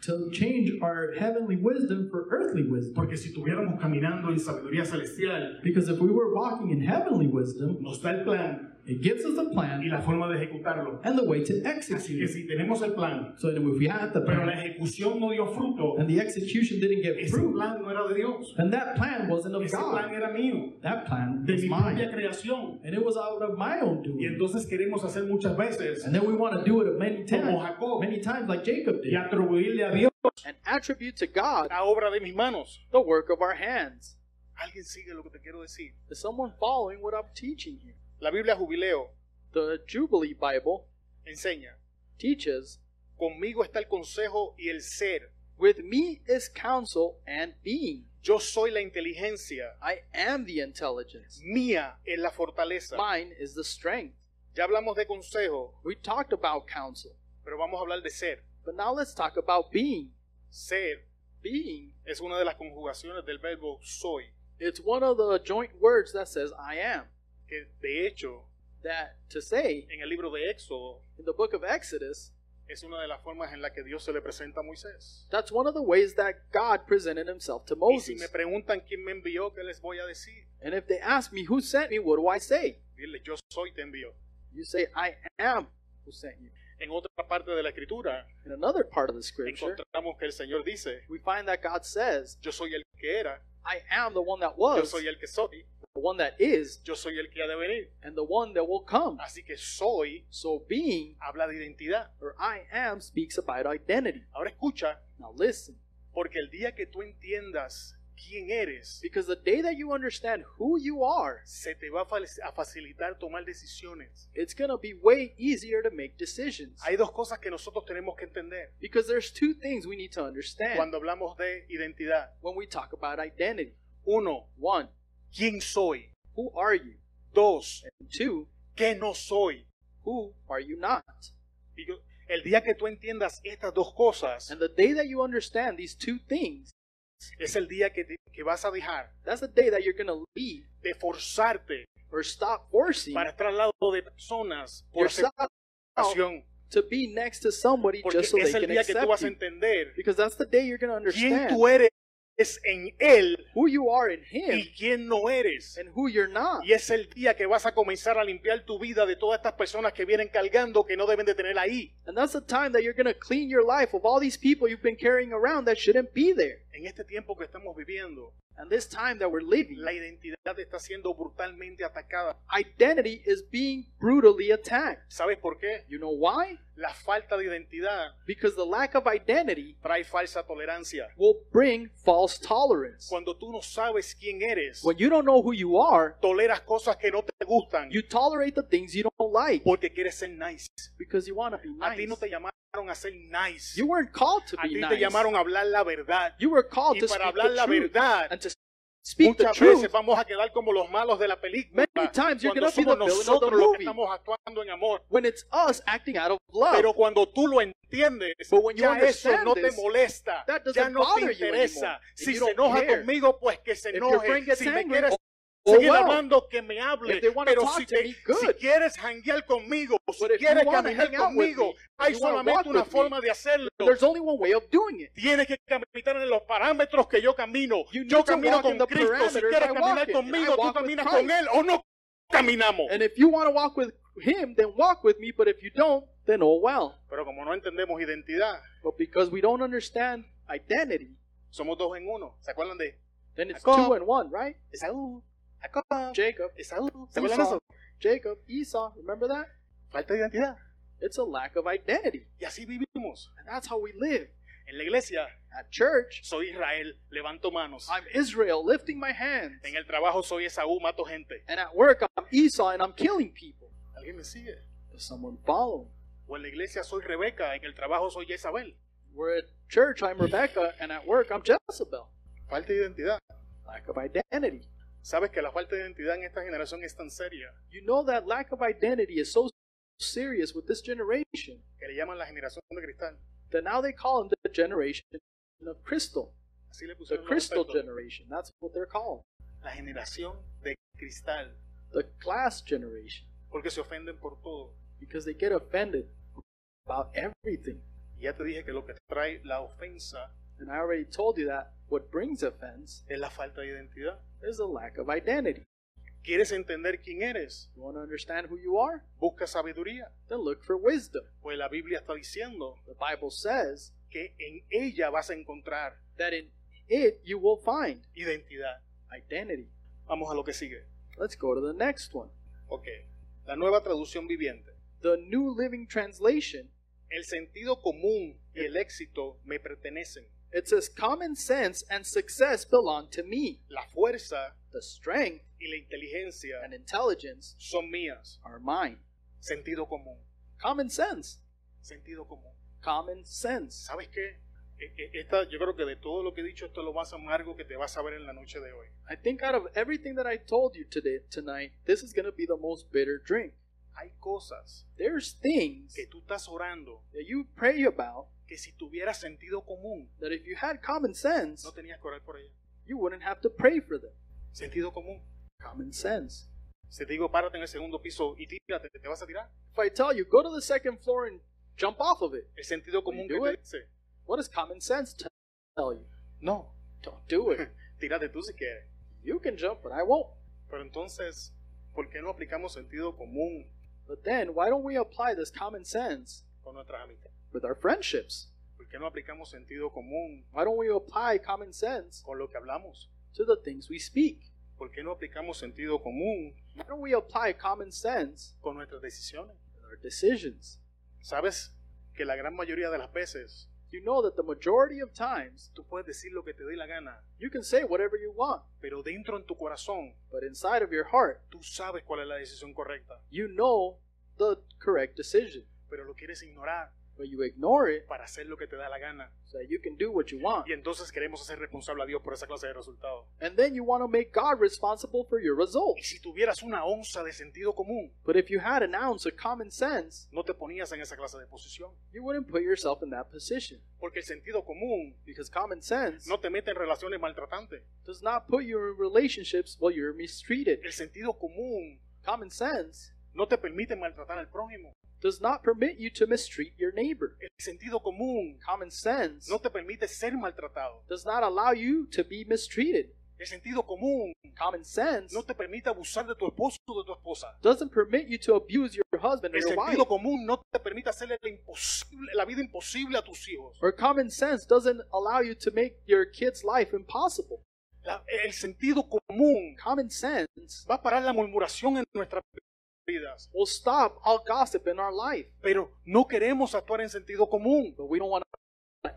S3: to change our heavenly wisdom for earthly wisdom.
S1: Porque si estuviéramos caminando en sabiduría celestial,
S3: Because if we were walking in heavenly wisdom,
S1: nos da el plan
S3: it gives us a
S1: y
S3: plan
S1: la forma de ejecutarlo.
S3: and the way to
S1: Así que
S3: execute it.
S1: si tenemos el plan,
S3: So that if we had the
S1: pero la
S3: plan
S1: ejecución no dio fruto,
S3: and the execution didn't get
S1: ese
S3: fruit,
S1: plan no era de Dios.
S3: and that plan wasn't of
S1: Ese plan
S3: God,
S1: era mío,
S3: that plan
S1: de
S3: was
S1: mi propia
S3: mine.
S1: creación.
S3: And it was out of my own
S1: Y
S3: doing.
S1: entonces queremos hacer muchas veces
S3: And then we want to do it many
S1: como
S3: times,
S1: Jacob
S3: many times like Jacob did.
S1: y atribuirle a Dios
S2: And attribute to God
S1: la obra de mis manos.
S2: the work of our hands.
S1: ¿Alguien sigue lo que te quiero decir?
S2: Is someone following what I'm teaching here?
S1: La Biblia Jubileo
S2: The Jubilee Bible
S1: enseña,
S2: teaches
S1: conmigo está el consejo y el ser.
S2: With me is counsel and being.
S1: Yo soy la inteligencia,
S2: I am the intelligence.
S1: mía es la fortaleza.
S2: Mine is the strength.
S1: Ya hablamos de consejo,
S2: We talked about counsel,
S1: pero vamos a hablar de ser.
S2: but now let's talk about being.
S1: Ser
S2: Being,
S1: es una de las conjugaciones del verbo soy,
S2: it's one of the joint words that says I am.
S1: que de hecho
S2: That to say
S1: en el libro de Éxodo
S2: in the book of Exodus,
S1: es una de las formas en la que Dios se le presenta a Moisés.
S2: that's one of the ways that God presented himself to
S1: Y si
S2: Moses.
S1: me preguntan quién me envió, ¿qué les voy a decir?
S2: And if they ask me who sent me, what do I say?
S1: Dile, yo soy te envió.
S2: You say I am who sent you.
S1: En otra parte de la escritura
S2: In another part of the scripture,
S1: encontramos que el Señor dice,
S2: we find that God says,
S1: yo soy el que era,
S2: I am the one that
S1: yo
S2: was,
S1: soy el que soy,
S2: the one that is,
S1: yo soy el que ha de venir.
S2: and the one that will come.
S1: Así que soy
S2: So being
S1: habla de identidad.
S2: or I am speaks about identity.
S1: Ahora escucha,
S2: Now listen,
S1: porque el día que tú entiendas quién eres,
S2: because the day that you understand who you are,
S1: se te va a fa- a facilitar tomar decisiones.
S2: it's going to be way easier to make decisions.
S1: Hay dos cosas que nosotros tenemos que entender
S2: Because there's two things we need to understand
S1: cuando hablamos de identidad.
S2: when we talk about identity.
S1: Uno,
S2: One,
S1: ¿quién soy?
S2: who are you?
S1: Dos,
S2: And two,
S1: ¿qué no soy?
S2: who are you not?
S1: Y yo- el día que tú entiendas estas dos cosas,
S2: And the day that you understand these two things,
S1: es el día que, te- que vas a dejar
S2: that's the day that you're going to leave
S1: de forzarte
S2: or stop forcing
S1: para estar al lado de personas por
S2: yourself
S1: aceptación.
S2: to be next to somebody
S1: Porque
S2: just so they
S1: es el
S2: can
S1: día que tú vas
S2: accept
S1: a
S2: you.
S1: entender
S2: Because that's the day you're going to
S1: quién
S2: understand
S1: tú eres en Él
S2: who you are in Him
S1: y quién no eres.
S2: and who you're not.
S1: Y es el día que vas a comenzar a limpiar tu vida de todas estas personas que vienen cargando que no deben de tener ahí.
S2: And that's the time that you're going to clean your life of all these people you've been carrying around that shouldn't be there.
S1: En este tiempo que estamos viviendo,
S2: And this time that we're living,
S1: la identidad está siendo brutalmente atacada.
S2: identity is being brutally attacked.
S1: ¿Sabes por qué?
S2: You know why?
S1: La falta de identidad
S2: Because the lack of identity
S1: trae falsa tolerancia.
S2: will bring false tolerance.
S1: Cuando tú no sabes quién eres,
S2: When you don't know who you are,
S1: toleras cosas que no te gustan
S2: you tolerate the things you don't like
S1: porque quieres ser nice.
S2: because you want to be
S1: A ti no
S2: nice.
S1: te llamaron a ser nice.
S2: You weren't called to
S1: A
S2: be
S1: ti te
S2: nice.
S1: llamaron a hablar la verdad.
S2: You were called
S1: Y
S2: to
S1: para
S2: speak
S1: hablar
S2: the
S1: la
S2: truth
S1: verdad,
S2: and to speak the
S1: Muchas
S2: truth,
S1: veces vamos a quedar como los malos de la película.
S2: Many times you're
S1: cuando
S2: gonna be
S1: somos
S2: the villain of the
S1: nosotros los
S2: movie.
S1: que estamos actuando en amor.
S2: when it's us acting out of love,
S1: Pero cuando tú lo entiendes,
S2: But when you
S1: ya eso
S2: understand
S1: no te
S2: this,
S1: molesta,
S2: that doesn't
S1: ya no te
S2: bother you
S1: interesa.
S2: anymore. If
S1: Si
S2: you
S1: se
S2: don't
S1: enoja
S2: care.
S1: conmigo, pues que se
S2: If your
S1: enoje.
S2: friend gets
S1: eh, Si me
S2: angry,
S1: quieres
S2: oh,
S1: seguir
S2: well.
S1: hablando, que me hable.
S2: If they wanna
S1: Pero
S2: talk
S1: si,
S2: to
S1: te-
S2: me,
S1: si
S2: good.
S1: quieres janguear conmigo, si
S2: But if you
S1: quieres
S2: wanna
S1: caminar
S2: hang out with
S1: conmigo,
S2: me, if
S1: hay
S2: you wanna
S1: solamente
S2: walk
S1: una
S2: with me,
S1: forma de hacerlo.
S2: there's only one way of doing it.
S1: Tienes que caminar en los parámetros que yo camino.
S2: You need
S1: Yo
S2: to
S1: camino
S2: walk
S1: con
S2: in the
S1: Cristo. Si
S2: parameters
S1: quieres
S2: I
S1: caminar
S2: walk in. I
S1: conmigo, tú
S2: walk with
S1: caminas con
S2: Christ.
S1: Él o no caminamos.
S2: And if you want to walk with him, then walk with me. But if you don't, then oh well.
S1: Pero como no entendemos identidad,
S2: But because we don't understand identity,
S1: somos dos en uno. ¿Se acuerdan de
S2: then it's
S1: Jacob.
S2: two and one, right?
S1: Esaú? Jacob.
S2: Jacob,
S1: Esaú. ¿Se acuerdan de
S2: Esau,
S1: eso?
S2: Jacob, Esau. Remember that?
S1: Falta de identidad.
S2: It's a lack of identity,
S1: Y así vivimos.
S2: and that's how we live
S1: En la iglesia
S2: at church.
S1: soy Israel, levanto manos.
S2: I'm Israel, lifting my hands,
S1: En el trabajo soy Esaú, mato gente.
S2: and at work I'm Esau, and I'm killing people.
S1: ¿Alguien me sigue?
S2: Does someone follow?
S1: O en la iglesia soy Rebeca, en el trabajo soy Isabel.
S2: We're at church, I'm Rebecca, and at work I'm Jezebel.
S1: Falta de identidad.
S2: Lack of identity.
S1: Sabes que la falta de identidad en esta generación es tan seria
S2: You know that lack of identity is so serious with this generation
S1: que le llaman la generación de cristal.
S2: that now they call them the generation of crystal,
S1: Así le
S2: the
S1: pusieron. los
S2: crystal
S1: expertos.
S2: generation. That's what they're called,
S1: La generación de cristal.
S2: the class generation,
S1: Porque se ofenden por todo.
S2: because they get offended about everything.
S1: Y ya te dije que lo que trae la ofensa
S2: And I already told you that what brings offense
S1: es la falta de identidad.
S2: is the lack of identity.
S1: ¿Quieres entender quién eres?
S2: You want to understand who you are?
S1: Busca sabiduría.
S2: Then look for wisdom.
S1: Pues la Biblia está diciendo
S2: The Bible says
S1: que en ella vas a encontrar
S2: that in it you will find
S1: identidad.
S2: identity.
S1: Vamos a lo que sigue.
S2: Let's go to the next one.
S1: Ok. La nueva traducción viviente.
S2: The New Living Translation
S1: El sentido común y el éxito me pertenecen.
S2: It says, Common sense and success belong to me.
S1: La fuerza
S2: The strength
S1: y la inteligencia
S2: and intelligence
S1: son mías.
S2: are mine.
S1: Sentido común.
S2: Common sense.
S1: Sentido común.
S2: Common sense.
S1: ¿Sabes qué? E- e- Esta, yo creo que de todo lo que he dicho, esto es lo más amargo que te vas a ver en la noche de hoy.
S2: I think out of everything that I told you today tonight, this is gonna be the most bitter drink.
S1: Hay cosas
S2: There's things
S1: que tú estás orando
S2: that you pray about
S1: que si tuvieras sentido común,
S2: that if you had common sense,
S1: no tenías que orar por ellas.
S2: you wouldn't have to pray for them.
S1: Sentido común.
S2: Common sense.
S1: Si te digo, párate en el segundo piso y tírate, te vas a tirar.
S2: If I tell you, go to the second floor and jump off of it,
S1: El sentido común que
S2: do
S1: te
S2: it?
S1: dice,
S2: what does common sense t- tell you?
S1: no,
S2: Don't do it.
S1: tírate tú si quieres.
S2: you can jump, but I won't.
S1: Pero entonces, ¿por qué no aplicamos sentido común
S2: But then, why don't we apply this common sense
S1: con nuestras amistades?
S2: with our friendships?
S1: ¿Por qué no aplicamos sentido común
S2: Why don't we apply common sense
S1: con lo que hablamos?
S2: to the things we speak?
S1: ¿Por qué no aplicamos sentido común
S2: Why don't we apply common sense
S1: con nuestras decisiones?
S2: with our decisions?
S1: Sabes que la gran mayoría de las veces
S2: You know that the majority of times
S1: tú puedes decir lo que te dé la gana,
S2: you can say whatever you want,
S1: pero dentro en tu corazón
S2: but inside of your heart,
S1: tú sabes cuál es la decisión correcta,
S2: you know the correct decision,
S1: pero lo quieres ignorar
S2: but you ignore it
S1: para hacer lo que te da la gana.
S2: so that you can do what you want.
S1: Y entonces queremos hacer responsable a Dios por esa clase de resultados.
S2: And then you want to make God responsible for your
S1: Y
S2: results.
S1: si tuvieras una onza de sentido común,
S2: But if you had an ounce of common sense,
S1: no te ponías en esa clase de posición.
S2: you wouldn't put yourself in that position
S1: Porque el sentido común
S2: because common sense
S1: no te mete en relaciones maltratantes.
S2: does not put you in relationships while you're mistreated.
S1: El sentido común
S2: Common sense
S1: no te permite maltratar al prójimo.
S2: does not permit you to mistreat your neighbor.
S1: El sentido común
S2: Common sense
S1: no te permite ser maltratado.
S2: does not allow you to be mistreated.
S1: El sentido común
S2: Common sense
S1: no te permite abusar de tu esposo o de tu esposa.
S2: doesn't permit you to abuse your husband or
S1: El
S2: your wife.
S1: sentido común no te permite hacerle la, imposible, la vida imposible a tus hijos.
S2: Or common sense doesn't allow you to make your kid's life impossible.
S1: La- el sentido común
S2: Common sense
S1: va a parar la murmuración en nuestras vidas.
S2: will stop all gossip in our life,
S1: Pero no queremos actuar en sentido común
S2: but we don't want to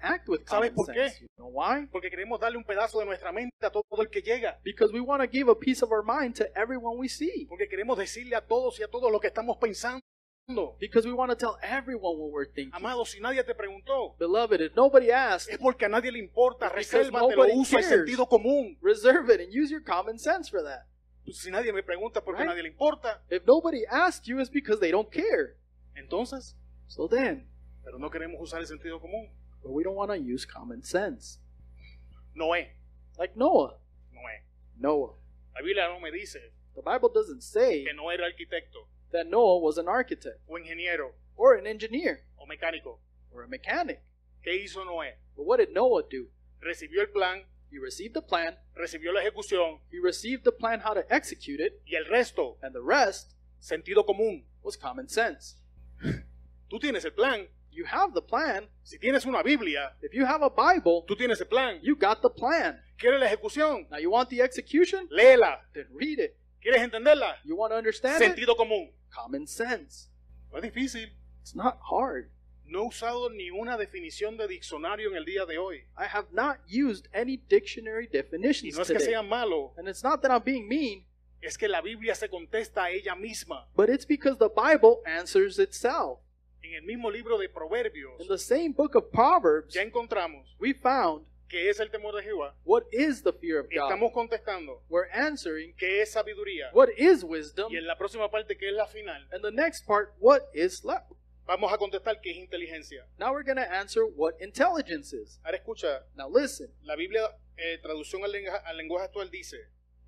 S2: act with
S1: ¿Sabes
S2: common
S1: por qué?
S2: sense. You know why?
S1: porque queremos darle un pedazo de nuestra mente a todo el que llega.
S2: Because we want to give a piece of our mind to everyone we see.
S1: Porque queremos decirle a todos y a todos lo que estamos pensando. mundo.
S2: because we want to tell everyone what we're thinking.
S1: Amado, si nadie te preguntó,
S2: Beloved, if nobody asked,
S1: es porque a nadie le importa,
S2: It's because
S1: resérvatelo,
S2: nobody
S1: usa el
S2: cares.
S1: sentido común.
S2: reserve it and use your common sense for that.
S1: Si nadie me pregunta porque a
S2: Right.
S1: nadie le importa,
S2: If nobody asked you, it's because they don't care.
S1: entonces,
S2: So then,
S1: pero no queremos usar el sentido común.
S2: but we don't want to use common sense.
S1: Noé,
S2: Like Noah.
S1: Noé.
S2: Noah.
S1: La Biblia no me dice
S2: The Bible doesn't say
S1: que no era arquitecto
S2: that Noah was an architect
S1: o ingeniero
S2: or an engineer
S1: o mecánico.
S2: or a mechanic.
S1: ¿Qué hizo Noé?
S2: But what did Noah do?
S1: Recibió el plan,
S2: He received the plan,
S1: recibió la ejecución
S2: he received the plan how to execute it,
S1: y el resto,
S2: and the rest
S1: sentido común.
S2: was common sense.
S1: Tú tienes el plan.
S2: You have the plan.
S1: Si tienes una Biblia,
S2: If you have a Bible,
S1: tú tienes el plan.
S2: you got the plan.
S1: ¿Quieres la ejecución?
S2: Now you want the execution?
S1: Léela.
S2: Then read it.
S1: ¿Quieres entenderla?
S2: You want to understand it?
S1: Sentido común.
S2: Common sense.
S1: No es difícil.
S2: It's not hard.
S1: No he usado ni una definición de diccionario en el día de hoy.
S2: I have not used any dictionary
S1: Y
S2: definitions
S1: no es que
S2: today.
S1: sea malo,
S2: And it's not that I'm being mean,
S1: es que la Biblia se contesta a ella misma.
S2: but it's because the Bible answers itself.
S1: En el mismo libro de
S2: In
S1: Proverbios
S2: the same book of Proverbs,
S1: ya encontramos
S2: we found
S1: que es el temor de Jehová.
S2: what is the fear of God.
S1: Estamos contestando
S2: We're answering
S1: que es sabiduría.
S2: what is wisdom.
S1: Y en la próxima parte, que es la final,
S2: And the next part, what is love.
S1: vamos a contestar que es inteligencia.
S2: Now we're going to answer what intelligence is.
S1: Ahora escucha,
S2: Now listen,
S1: la Biblia, eh, traducción al, lenga- al lenguaje actual, dice,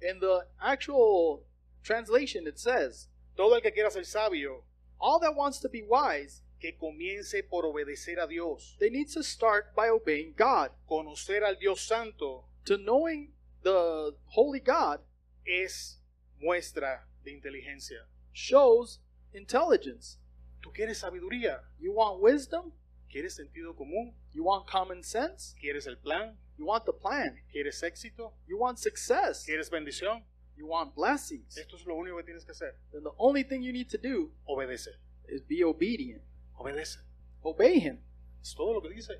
S2: in the actual translation, it says,
S1: todo el que quiera ser sabio,
S2: all that wants to be wise,
S1: que comience por obedecer a Dios,
S2: they need to start by obeying God.
S1: conocer al Dios Santo
S2: to knowing the holy God
S1: es muestra de inteligencia.
S2: shows intelligence.
S1: Tú quieres sabiduría,
S2: You want wisdom?
S1: quieres sentido común,
S2: You want common sense?
S1: quieres el plan,
S2: You want the plan?
S1: quieres éxito,
S2: You want success?
S1: quieres bendición.
S2: You want blessings?
S1: Esto es lo único que tienes que hacer.
S2: Then the only thing you need to do
S1: Obedece,
S2: is be obedient.
S1: obedece.
S2: Obey Him.
S1: Es todo lo que dice.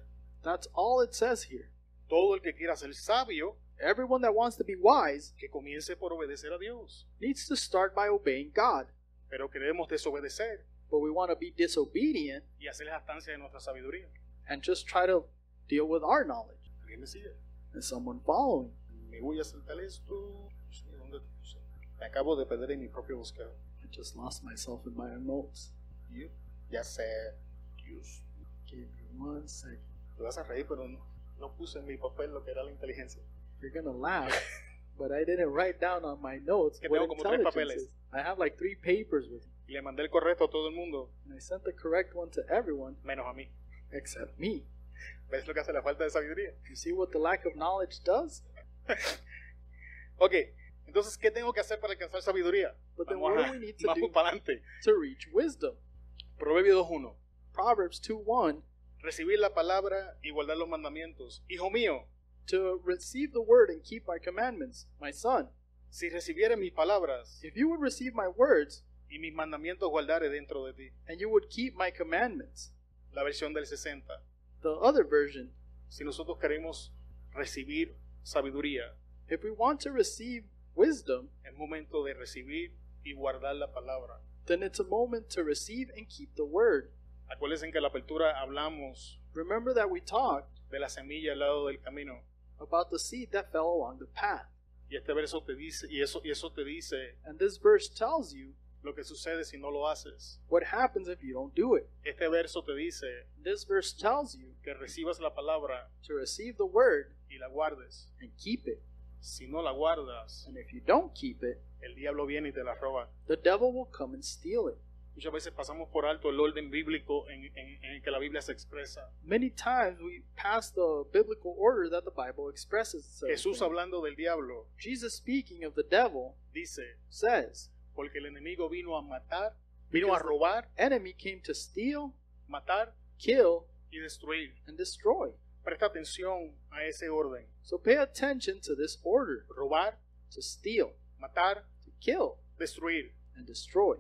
S2: That's all it says here.
S1: Todo el que quiera ser sabio,
S2: Everyone that wants to be wise
S1: que comience por obedecer a Dios.
S2: needs to start by obeying God.
S1: Pero queremos desobedecer
S2: But we want to be disobedient
S1: y hacer la estancia de nuestra sabiduría.
S2: and just try to deal with our knowledge.
S1: ¿Alguien me sigue?
S2: And someone following.
S1: Me voy a saltar esto. No sé dónde te puse. Me acabo de perder en mi propio buscador.
S2: I just lost myself in my own notes.
S1: Y- Ya sé. Dios.
S2: Give me one second.
S1: Te vas a reír, pero no, no puse en mi papel lo que era la inteligencia.
S2: You're gonna laugh, but I didn't write down on my notes
S1: Que
S2: what
S1: tengo como tres
S2: intelligence
S1: papeles.
S2: is. I have like three papers with me,
S1: Y le mandé el correcto a todo el mundo,
S2: and I sent the correct one to everyone
S1: menos a mí.
S2: except me.
S1: ¿Ves lo que hace la falta de sabiduría?
S2: You see what the lack of knowledge does?
S1: Ok, entonces, ¿qué tengo que hacer para alcanzar sabiduría?
S2: But then
S1: Vamos
S2: what
S1: a-
S2: do we need to
S1: vamos
S2: do?
S1: para adelante.
S2: To reach wisdom.
S1: Proverbio 2.1.
S2: Proverbs 2 1
S1: Recibir la palabra y guardar los mandamientos. Hijo mío,
S2: To receive the word and keep my commandments, my son.
S1: si recibieres mis palabras
S2: If you would receive my words,
S1: y mis mandamientos guardaré dentro de ti.
S2: and you would keep my commandments.
S1: La versión del 60.
S2: The other version,
S1: Si nosotros queremos recibir sabiduría,
S2: if we want to receive wisdom,
S1: es momento de recibir y guardar la palabra.
S2: then it's a moment to receive and keep the word.
S1: Acuérdense que en la apertura hablamos
S2: Remember that we talked
S1: de la semilla al lado del camino.
S2: about the seed that fell along the path.
S1: Y este verso te dice, y eso, y eso te dice
S2: And this verse tells you
S1: lo que sucede si no lo haces.
S2: what happens if you don't do it.
S1: Este verso te dice
S2: This verse tells you
S1: que recibas la palabra
S2: to receive the word
S1: y la guardes.
S2: and keep it.
S1: Si no la guardas,
S2: And if you don't keep it,
S1: el diablo viene y te la roba.
S2: the devil will come and steal it.
S1: Muchas veces pasamos por alto el orden bíblico en, en- en el que la Biblia se expresa.
S2: Many times we pass the biblical order that the Bible expresses. itself
S1: Jesús
S2: in.
S1: hablando del diablo
S2: Jesus speaking of the devil
S1: dice,
S2: says,
S1: porque el enemigo vino a matar, vino a
S2: Because-
S1: robar,
S2: enemy came to steal,
S1: matar
S2: kill,
S1: y destruir.
S2: and destroy.
S1: Presta atención a ese orden.
S2: So pay attention to this order
S1: Robar,
S2: to steal,
S1: matar,
S2: to kill,
S1: destruir.
S2: and destroy.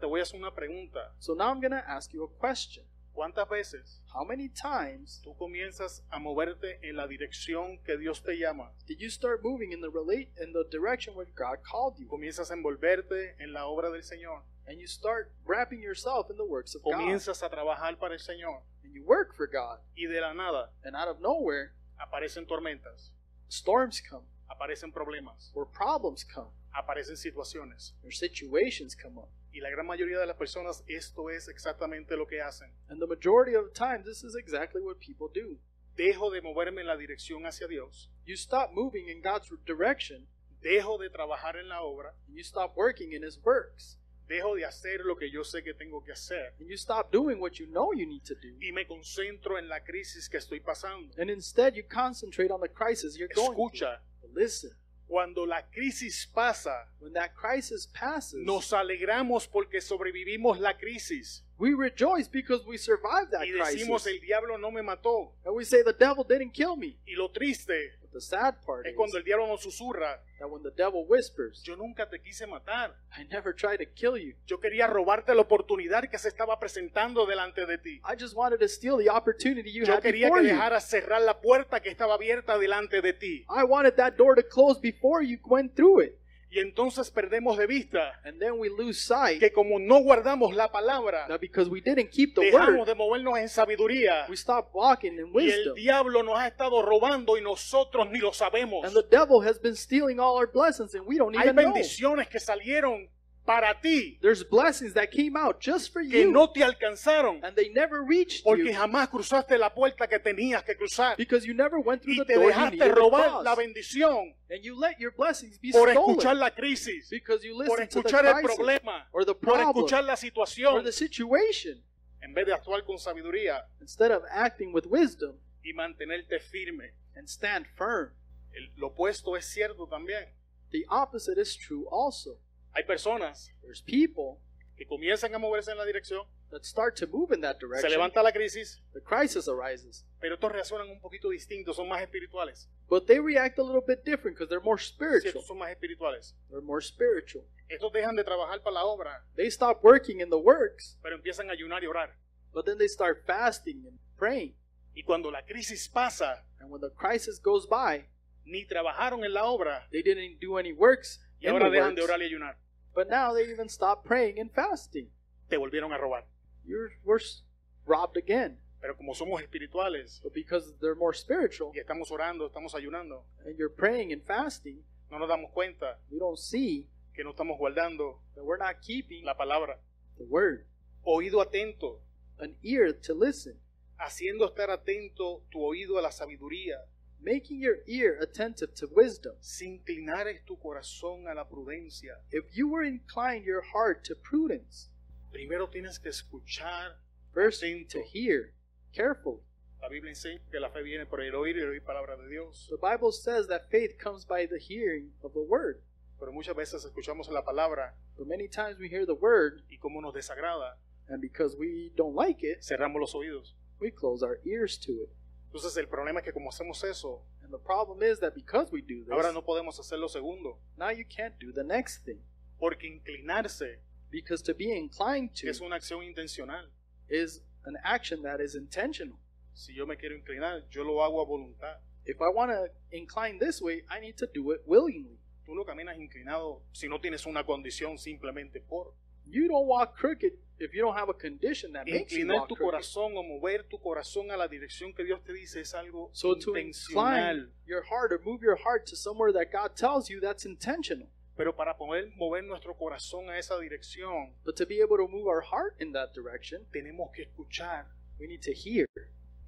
S1: Te voy a hacer una pregunta.
S2: So now I'm going to ask you a question.
S1: ¿Cuántas veces
S2: How many times
S1: tú comienzas a moverte en la dirección que Dios te llama?
S2: did you start moving in the relate in the direction where God called you?
S1: Comienzas a envolverte en la obra del Señor.
S2: and you start wrapping yourself in the works of God.
S1: Comienzas a trabajar para el Señor
S2: And you work for God.
S1: y de la nada
S2: And out of nowhere,
S1: aparecen tormentas,
S2: storms come,
S1: aparecen problemas,
S2: or problems come,
S1: aparecen situaciones.
S2: or situations come up.
S1: Y la gran mayoría de las personas esto es exactamente lo que hacen.
S2: And the majority of the time, this is exactly what people do.
S1: Dejo de moverme en la dirección hacia Dios,
S2: You stop moving in God's direction,
S1: dejo de trabajar en la obra,
S2: and you stop working in His works,
S1: dejo de hacer lo que yo sé que tengo que hacer
S2: and you stop doing what you know you need to do.
S1: y me concentro en la crisis que estoy pasando.
S2: And instead, you concentrate on the crisis you're going through.
S1: Escucha,
S2: But listen,
S1: cuando la crisis pasa,
S2: when that crisis passes,
S1: nos alegramos porque sobrevivimos la crisis
S2: we rejoice because we survived that
S1: y decimos
S2: crisis.
S1: el diablo no me mató.
S2: And we say, the devil didn't kill me.
S1: Y lo triste
S2: But the sad part
S1: es
S2: is
S1: cuando el diablo nos susurra,
S2: that when the devil whispers,
S1: yo nunca te quise matar.
S2: I never tried to kill you.
S1: Yo quería robarte la oportunidad que se estaba presentando delante de ti.
S2: I just wanted to steal the opportunity you
S1: Yo
S2: had
S1: quería
S2: before
S1: que
S2: you.
S1: dejaras cerrar la puerta que estaba abierta delante de ti.
S2: I wanted that door to close before you went through it.
S1: Y entonces perdemos de vista
S2: And then we lose sight
S1: que como no guardamos la palabra,
S2: that because we didn't keep the
S1: dejamos
S2: word,
S1: de movernos en sabiduría.
S2: we stop walking in
S1: Y el
S2: wisdom.
S1: diablo nos ha estado robando y nosotros ni lo sabemos.
S2: And the devil has been stealing all our blessings and we don't
S1: Hay
S2: even know.
S1: bendiciones que salieron para ti
S2: There's blessings that came out just for
S1: que
S2: you
S1: no te alcanzaron
S2: and they never reached
S1: porque
S2: you
S1: jamás cruzaste la puerta que tenías que cruzar
S2: because you never went through
S1: y
S2: the
S1: te
S2: door you
S1: dejaste
S2: needed to
S1: robar la
S2: cross.
S1: bendición
S2: And you let your blessings be
S1: por escuchar
S2: stolen
S1: la crisis,
S2: because you
S1: por
S2: listen to the
S1: escuchar el
S2: crisis
S1: problema,
S2: or the
S1: por
S2: problem
S1: escuchar la
S2: or
S1: situación
S2: the situation.
S1: en vez de actuar con sabiduría
S2: Instead of acting with wisdom
S1: y mantenerte firme.
S2: and stand firm.
S1: El- Lo opuesto es cierto también.
S2: The opposite is true also.
S1: Hay personas
S2: There's people
S1: que comienzan a moverse en la dirección,
S2: that start to move in that
S1: se
S2: direction.
S1: levanta la crisis,
S2: The crisis arises.
S1: pero estos reaccionan un poquito distintos, son más espirituales.
S2: But they react a little bit different because they're more spiritual.
S1: Estos son más espirituales.
S2: They're more spiritual.
S1: Estos dejan de trabajar para la obra,
S2: They stop working in the works,
S1: pero empiezan a ayunar y orar.
S2: but then they start fasting and praying.
S1: Y cuando la crisis pasa,
S2: And when the crisis goes by,
S1: ni trabajaron en la obra
S2: they didn't do any works.
S1: y
S2: In
S1: ahora
S2: the
S1: dejan de
S2: works,
S1: orar y ayunar.
S2: but now they even stop praying and fasting.
S1: Te volvieron a robar.
S2: You're we're s- robbed again.
S1: Pero como somos espirituales
S2: But because they're more spiritual
S1: y estamos orando, estamos ayunando,
S2: and you're praying and fasting,
S1: no nos damos cuenta
S2: we don't see
S1: que no estamos guardando
S2: that we're not keeping
S1: la palabra.
S2: the word.
S1: Oído atento,
S2: An ear to listen.
S1: haciendo estar atento tu oído a la sabiduría,
S2: making your ear attentive to wisdom.
S1: sin inclinar tu corazón a la prudencia.
S2: If you were inclined your heart to prudence,
S1: Primero tienes que escuchar.
S2: first
S1: Atento.
S2: to hear carefully.
S1: La Biblia enseña que la fe viene por el oír y el oír palabra de Dios.
S2: The Bible says that faith comes by the hearing of the word.
S1: Pero muchas veces escuchamos la palabra
S2: But many times we hear the word,
S1: y cómo nos desagrada,
S2: and because we don't like it,
S1: cerramos los oídos.
S2: we close our ears to it.
S1: Entonces el problema es que como hacemos eso,
S2: And the problem is that because we do this,
S1: ahora no podemos hacer lo segundo,
S2: now you can't do the next thing.
S1: porque inclinarse
S2: Because to be inclined to
S1: es una acción intencional.
S2: is an action that is intentional.
S1: Si yo me quiero inclinar, yo lo hago a voluntad.
S2: If I want to incline this way, I need to do it willingly.
S1: Tú no caminas inclinado si no tienes una condición simplemente por.
S2: You don't walk crooked if you don't have a condition that makes you
S1: Inclinar
S2: walk
S1: tu
S2: crooked.
S1: corazón o mover tu corazón a la dirección que Dios te dice es algo
S2: So to incline
S1: intencional.
S2: your heart or move your heart to somewhere that God tells you, that's intentional.
S1: Pero para poder mover nuestro corazón a esa dirección,
S2: But to be able to move our heart in that direction,
S1: tenemos que escuchar.
S2: we need to hear.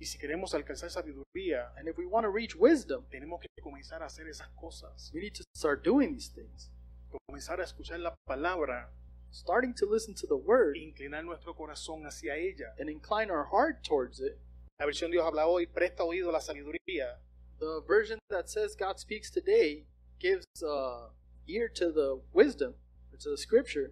S1: Y si queremos alcanzar sabiduría,
S2: And if we want to reach wisdom,
S1: tenemos que comenzar a hacer esas cosas.
S2: we need to start doing these things.
S1: Comenzar a escuchar la palabra,
S2: Starting to listen to the word
S1: inclinar nuestro corazón hacia ella.
S2: and incline our heart towards it.
S1: La versión Dios habla hoy, presta oído a la sabiduría.
S2: The version that says God speaks today gives uh, ear to the wisdom, or to the scripture,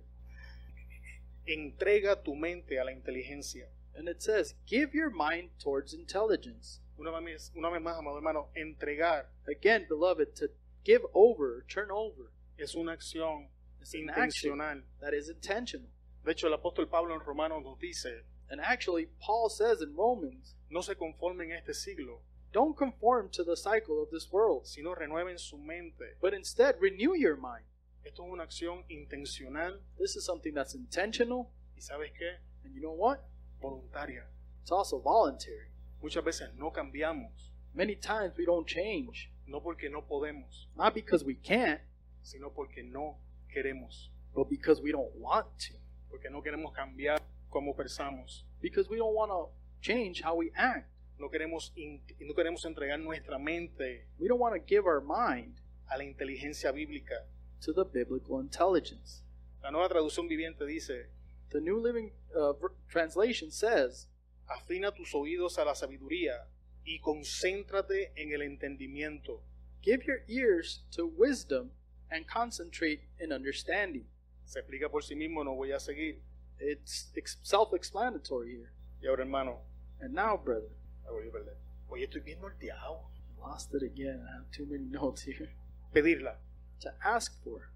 S1: Entrega tu mente a la inteligencia.
S2: and it says, Give your mind towards intelligence.
S1: Una vez, una vez más, amado hermano, entregar
S2: Again, beloved, to give over, turn over,
S1: es una acción
S2: is an action
S1: intencional.
S2: that is intentional.
S1: De hecho, el apóstol Pablo en Romanos nos dice,
S2: And actually, Paul says in Romans,
S1: no se conformen a este siglo,
S2: don't conform to the cycle of this world,
S1: sino renueven su mente
S2: but instead renew your mind
S1: Esto es una acción intencional
S2: This is something that's intentional,
S1: y sabes qué?
S2: and you know what?
S1: Voluntaria.
S2: It's also voluntary.
S1: Muchas veces no cambiamos,
S2: Many times we don't change,
S1: no porque no podemos,
S2: not because we can't,
S1: sino porque no queremos,
S2: but because we don't want to,
S1: porque no queremos cambiar cómo pensamos,
S2: because we don't want to change how we act.
S1: no queremos, in- no queremos entregar nuestra mente
S2: We don't want to give our mind
S1: a la inteligencia bíblica.
S2: to the biblical intelligence.
S1: La nueva traducción viviente dice,
S2: The New Living uh, ver- Translation says,
S1: afina tus oídos a la sabiduría y concéntrate en el entendimiento.
S2: Give your ears to wisdom and concentrate in understanding.
S1: Se explica por sí mismo, no voy a seguir.
S2: It's ex- self explanatory here.
S1: Y ahora, hermano,
S2: And now, brother,
S1: la volví a perder. Oye, estoy bien norteado.
S2: lost it again. I have too many notes here.
S1: Pedirla.
S2: To ask for.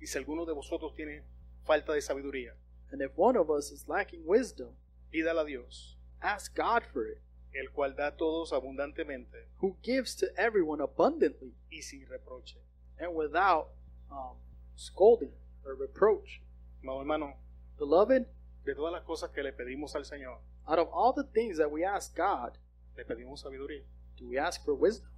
S1: Y si alguno de vosotros tiene falta de sabiduría,
S2: And if one of us is lacking wisdom,
S1: pídala a Dios,
S2: ask God for it,
S1: el cual da a todos abundantemente
S2: who gives to everyone abundantly
S1: y sin reproche.
S2: and without um, scolding or reproach.
S1: Amado hermano,
S2: Beloved,
S1: de todas las cosas que le pedimos al Señor,
S2: out of all the things that we ask God,
S1: le pedimos sabiduría,
S2: do we ask for wisdom?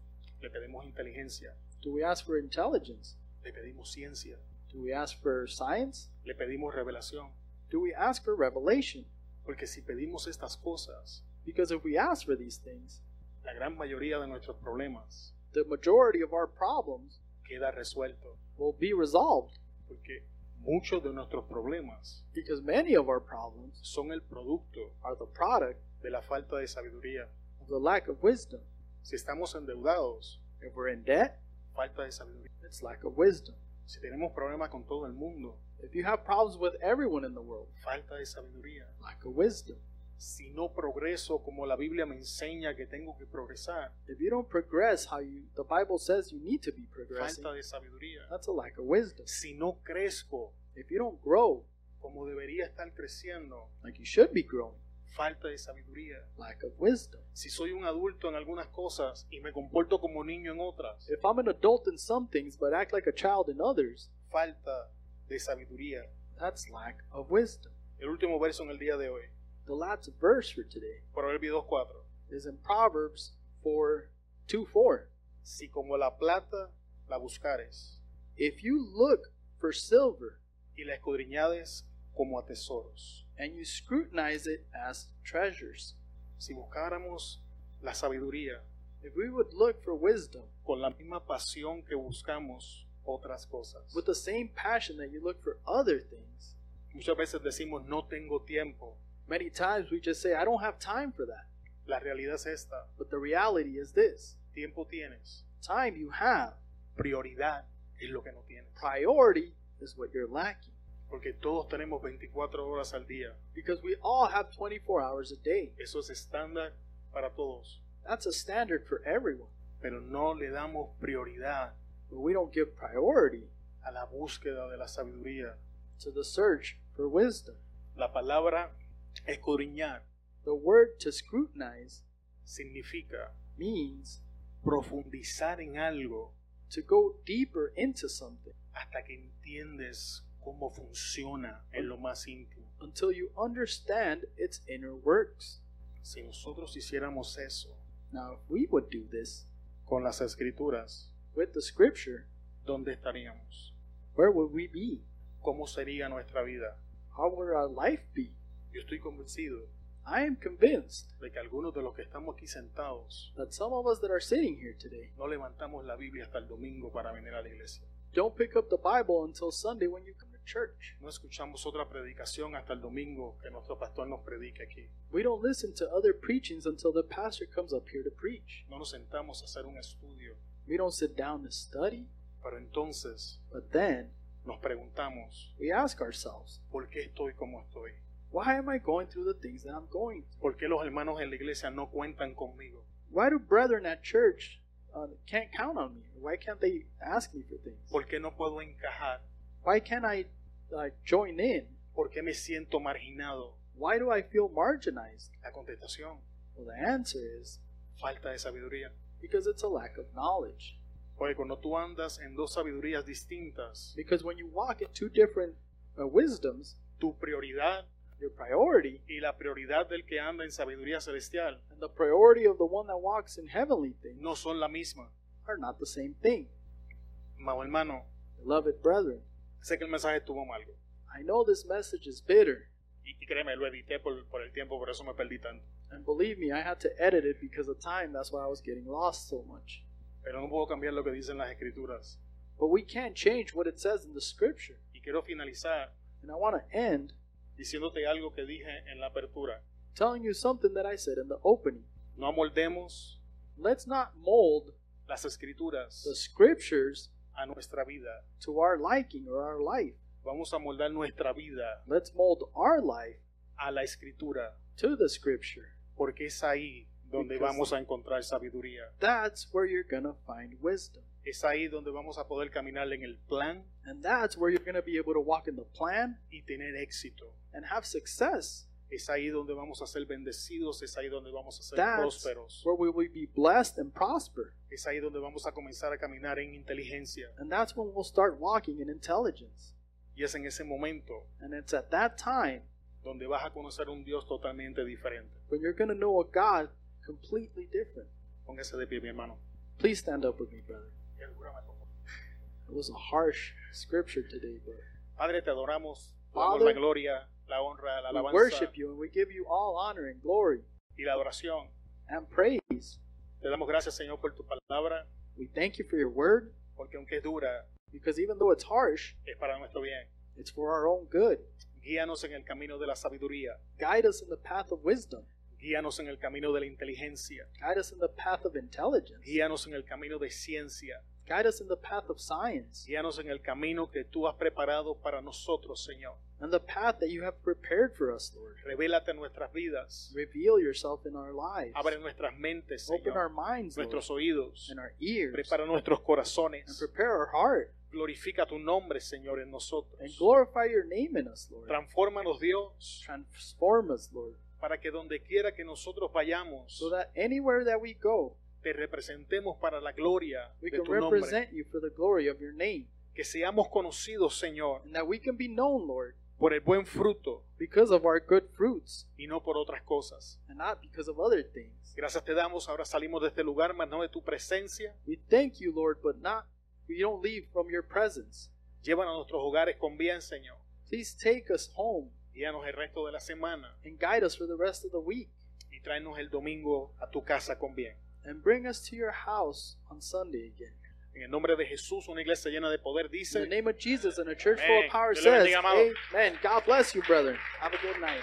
S1: le pedimos inteligencia,
S2: Do we ask for intelligence?
S1: le pedimos ciencia,
S2: Do we ask for science?
S1: le pedimos revelación.
S2: Do we ask for revelation?
S1: Porque si pedimos estas cosas,
S2: Because if we ask for these things,
S1: la gran mayoría de nuestros problemas
S2: the majority of our problems
S1: queda resuelto.
S2: will be resolved
S1: Porque muchos de nuestros problemas
S2: because many of our problems
S1: son el producto
S2: are the product
S1: de la falta de sabiduría.
S2: of the lack of wisdom.
S1: Si estamos endeudados,
S2: If we're in debt,
S1: falta de sabiduría.
S2: it's lack of wisdom.
S1: Si tenemos problemas con todo el mundo,
S2: If you have problems with everyone in the world,
S1: falta de sabiduría.
S2: lack of wisdom.
S1: Si no progreso como la Biblia me enseña que tengo que progresar,
S2: If you don't progress how you the Bible says you need to be progressing,
S1: falta de sabiduría.
S2: that's a lack of wisdom.
S1: Ah, Si no crezco
S2: If you don't grow
S1: como debería estar creciendo,
S2: like you should be growing,
S1: falta de sabiduría.
S2: lack of wisdom.
S1: Si soy un adulto en algunas cosas y me comporto como niño en otras,
S2: If I'm an adult in some things but act like a child in others,
S1: falta de sabiduría.
S2: That's lack of wisdom.
S1: El último verso en el día de hoy,
S2: The last verse for today
S1: Proverbios 2.4.
S2: is in Proverbs 4 2 4.
S1: Si como la plata la buscares
S2: If you look for silver
S1: y la escudriñades como a tesoros.
S2: and you scrutinize it as treasures,
S1: Si buscáramos la sabiduría
S2: if we would look for wisdom
S1: con la misma pasión que buscamos otras cosas.
S2: with the same passion that you look for other things,
S1: Muchas veces decimos no tengo tiempo.
S2: many times we just say, I don't have time for that.
S1: La realidad es esta.
S2: But the reality is this
S1: Tiempo tienes.
S2: time you have,
S1: Prioridad es lo que no tienes.
S2: priority is what you're lacking.
S1: Porque todos tenemos 24 horas al día.
S2: Because we all have 24 hours a day.
S1: Eso es estándar para todos.
S2: That's a standard for everyone.
S1: Pero no le damos prioridad
S2: But we don't give priority
S1: a la búsqueda de la sabiduría.
S2: to the search for wisdom.
S1: La palabra escudriñar
S2: The word to scrutinize
S1: significa
S2: means
S1: profundizar en algo
S2: to go deeper into something
S1: hasta que entiendes cómo funciona en lo más íntimo.
S2: until you understand its inner works.
S1: Si nosotros hiciéramos eso
S2: Now, if we would do this
S1: con las escrituras,
S2: with the scripture,
S1: ¿dónde estaríamos?
S2: where would we be?
S1: ¿Cómo sería nuestra vida?
S2: How would our life be?
S1: Yo estoy convencido
S2: I am convinced
S1: de que algunos de los que estamos aquí sentados
S2: that some of us that are sitting here today
S1: no levantamos la Biblia hasta el domingo para venir a la iglesia.
S2: don't pick up the Bible until Sunday when you come to church.
S1: No escuchamos otra predicación hasta el domingo que nuestro pastor nos predique aquí.
S2: We don't listen to other preachings until the pastor comes up here to preach.
S1: No nos sentamos a hacer un estudio,
S2: We don't sit down to study,
S1: pero entonces
S2: but then
S1: nos preguntamos,
S2: we ask ourselves,
S1: ¿por qué estoy como estoy?
S2: Why am I going through the things that I'm going through?
S1: ¿Por qué los hermanos en la iglesia no cuentan conmigo?
S2: Why do brethren at church uh, can't count on me? Why can't they ask me for things?
S1: ¿Por qué no puedo encajar?
S2: Why can't I uh, join in?
S1: ¿Por qué me siento marginado?
S2: Why do I feel marginalized?
S1: La contestación,
S2: Well, the answer is
S1: falta de sabiduría.
S2: because it's a lack of knowledge.
S1: Porque cuando tú andas en dos sabidurías distintas,
S2: Because when you walk in two different uh, wisdoms,
S1: tu prioridad
S2: your priority
S1: y la prioridad del que anda en sabiduría celestial
S2: and the priority of the one that walks in heavenly things
S1: no son la misma.
S2: are not the same thing.
S1: Amado hermano,
S2: Beloved brethren,
S1: sé que el mensaje estuvo mal.
S2: I know this message is bitter,
S1: Y, y créeme, lo edité por, por el tiempo, por eso me perdí tanto.
S2: and believe me, I had to edit it because of time. That's why I was getting lost so much.
S1: Pero no puedo cambiar lo que dicen las escrituras.
S2: But we can't change what it says in the scripture.
S1: Y quiero finalizar
S2: And I want to end
S1: diciéndote algo que dije en la apertura.
S2: telling you something that I said in the opening.
S1: No amoldemos
S2: Let's not mold
S1: las escrituras
S2: the scriptures
S1: a nuestra vida.
S2: to our liking or our life.
S1: Vamos a moldar nuestra vida
S2: Let's mold our life
S1: a la escritura,
S2: to the scripture.
S1: porque es ahí donde
S2: Because-
S1: vamos a encontrar sabiduría.
S2: That's where you're going to find wisdom.
S1: Es ahí donde vamos a poder caminar en el plan
S2: And that's where you're going to be able to walk in the plan
S1: y tener éxito.
S2: and have success.
S1: Es ahí donde vamos a ser bendecidos, es ahí donde vamos a ser
S2: That's
S1: prósperos.
S2: where we will be blessed and prosper.
S1: Es ahí donde vamos a comenzar a caminar en inteligencia.
S2: And that's when we'll start walking in intelligence.
S1: Y es en ese momento
S2: And it's at that time
S1: donde vas a conocer un Dios totalmente diferente.
S2: when you're going to know a God completely different.
S1: Póngase de pie, mi hermano.
S2: Please stand up with me, brother.
S1: Y adórame, por favor.
S2: It was a harsh scripture today, but
S1: Padre, te adoramos. Te
S2: Father,
S1: damos la gloria, la honra, la
S2: we
S1: alabanza
S2: worship you and we give you all honor and glory
S1: y la adoración.
S2: and praise.
S1: Te damos gracias, Señor, por tu palabra,
S2: We thank you for your word
S1: porque aunque es dura,
S2: because even though it's harsh,
S1: es para nuestro bien.
S2: it's for our own good.
S1: Guíanos en el camino de la sabiduría.
S2: Guide us in the path of wisdom.
S1: Guíanos en el camino de la inteligencia.
S2: Guide us in the path of intelligence.
S1: Guíanos en el camino de ciencia.
S2: Guide us in the path of science
S1: Guíanos en el camino que tú has preparado para nosotros, Señor.
S2: and the path that you have prepared for us, Lord.
S1: Revélate en nuestras vidas.
S2: Reveal yourself in our lives.
S1: Abre nuestras mentes,
S2: Open our
S1: Señor.
S2: minds, Lord,
S1: Nuestros oídos.
S2: and our ears,
S1: Prepara nuestros
S2: and
S1: corazones.
S2: prepare our heart,
S1: Glorifica tu nombre, Señor, en
S2: and
S1: nosotros.
S2: glorify your name in us, Lord.
S1: Transfórmanos, Dios,
S2: Transform us, Lord,
S1: para que donde quiera que nosotros vayamos,
S2: so that anywhere that we go,
S1: te representemos para la gloria
S2: we
S1: de
S2: can
S1: tu nombre.
S2: represent you for the glory of your name,
S1: Que seamos conocidos, Señor,
S2: and that we can be known, Lord,
S1: por el buen fruto
S2: because of our good fruits
S1: y no por otras cosas.
S2: and not because of other things.
S1: Gracias te damos, ahora salimos de este lugar, más no de tu presencia.
S2: We thank you, Lord, but not we don't leave from your presence.
S1: Llévanos a nuestros hogares con bien, Señor.
S2: Please take us home
S1: Guíanos el resto de la semana
S2: and guide us for the rest of the week,
S1: y tráenos el domingo a tu casa con bien.
S2: and bring us to your house on Sunday again.
S1: En el nombre de Jesús, una iglesia llena de poder
S2: In the
S1: dice...
S2: name of Jesus and a church full
S1: Amen.
S2: of power
S1: Dios le
S2: says,
S1: bendiga, amado.
S2: Amen. God bless you, brethren. Have a good night.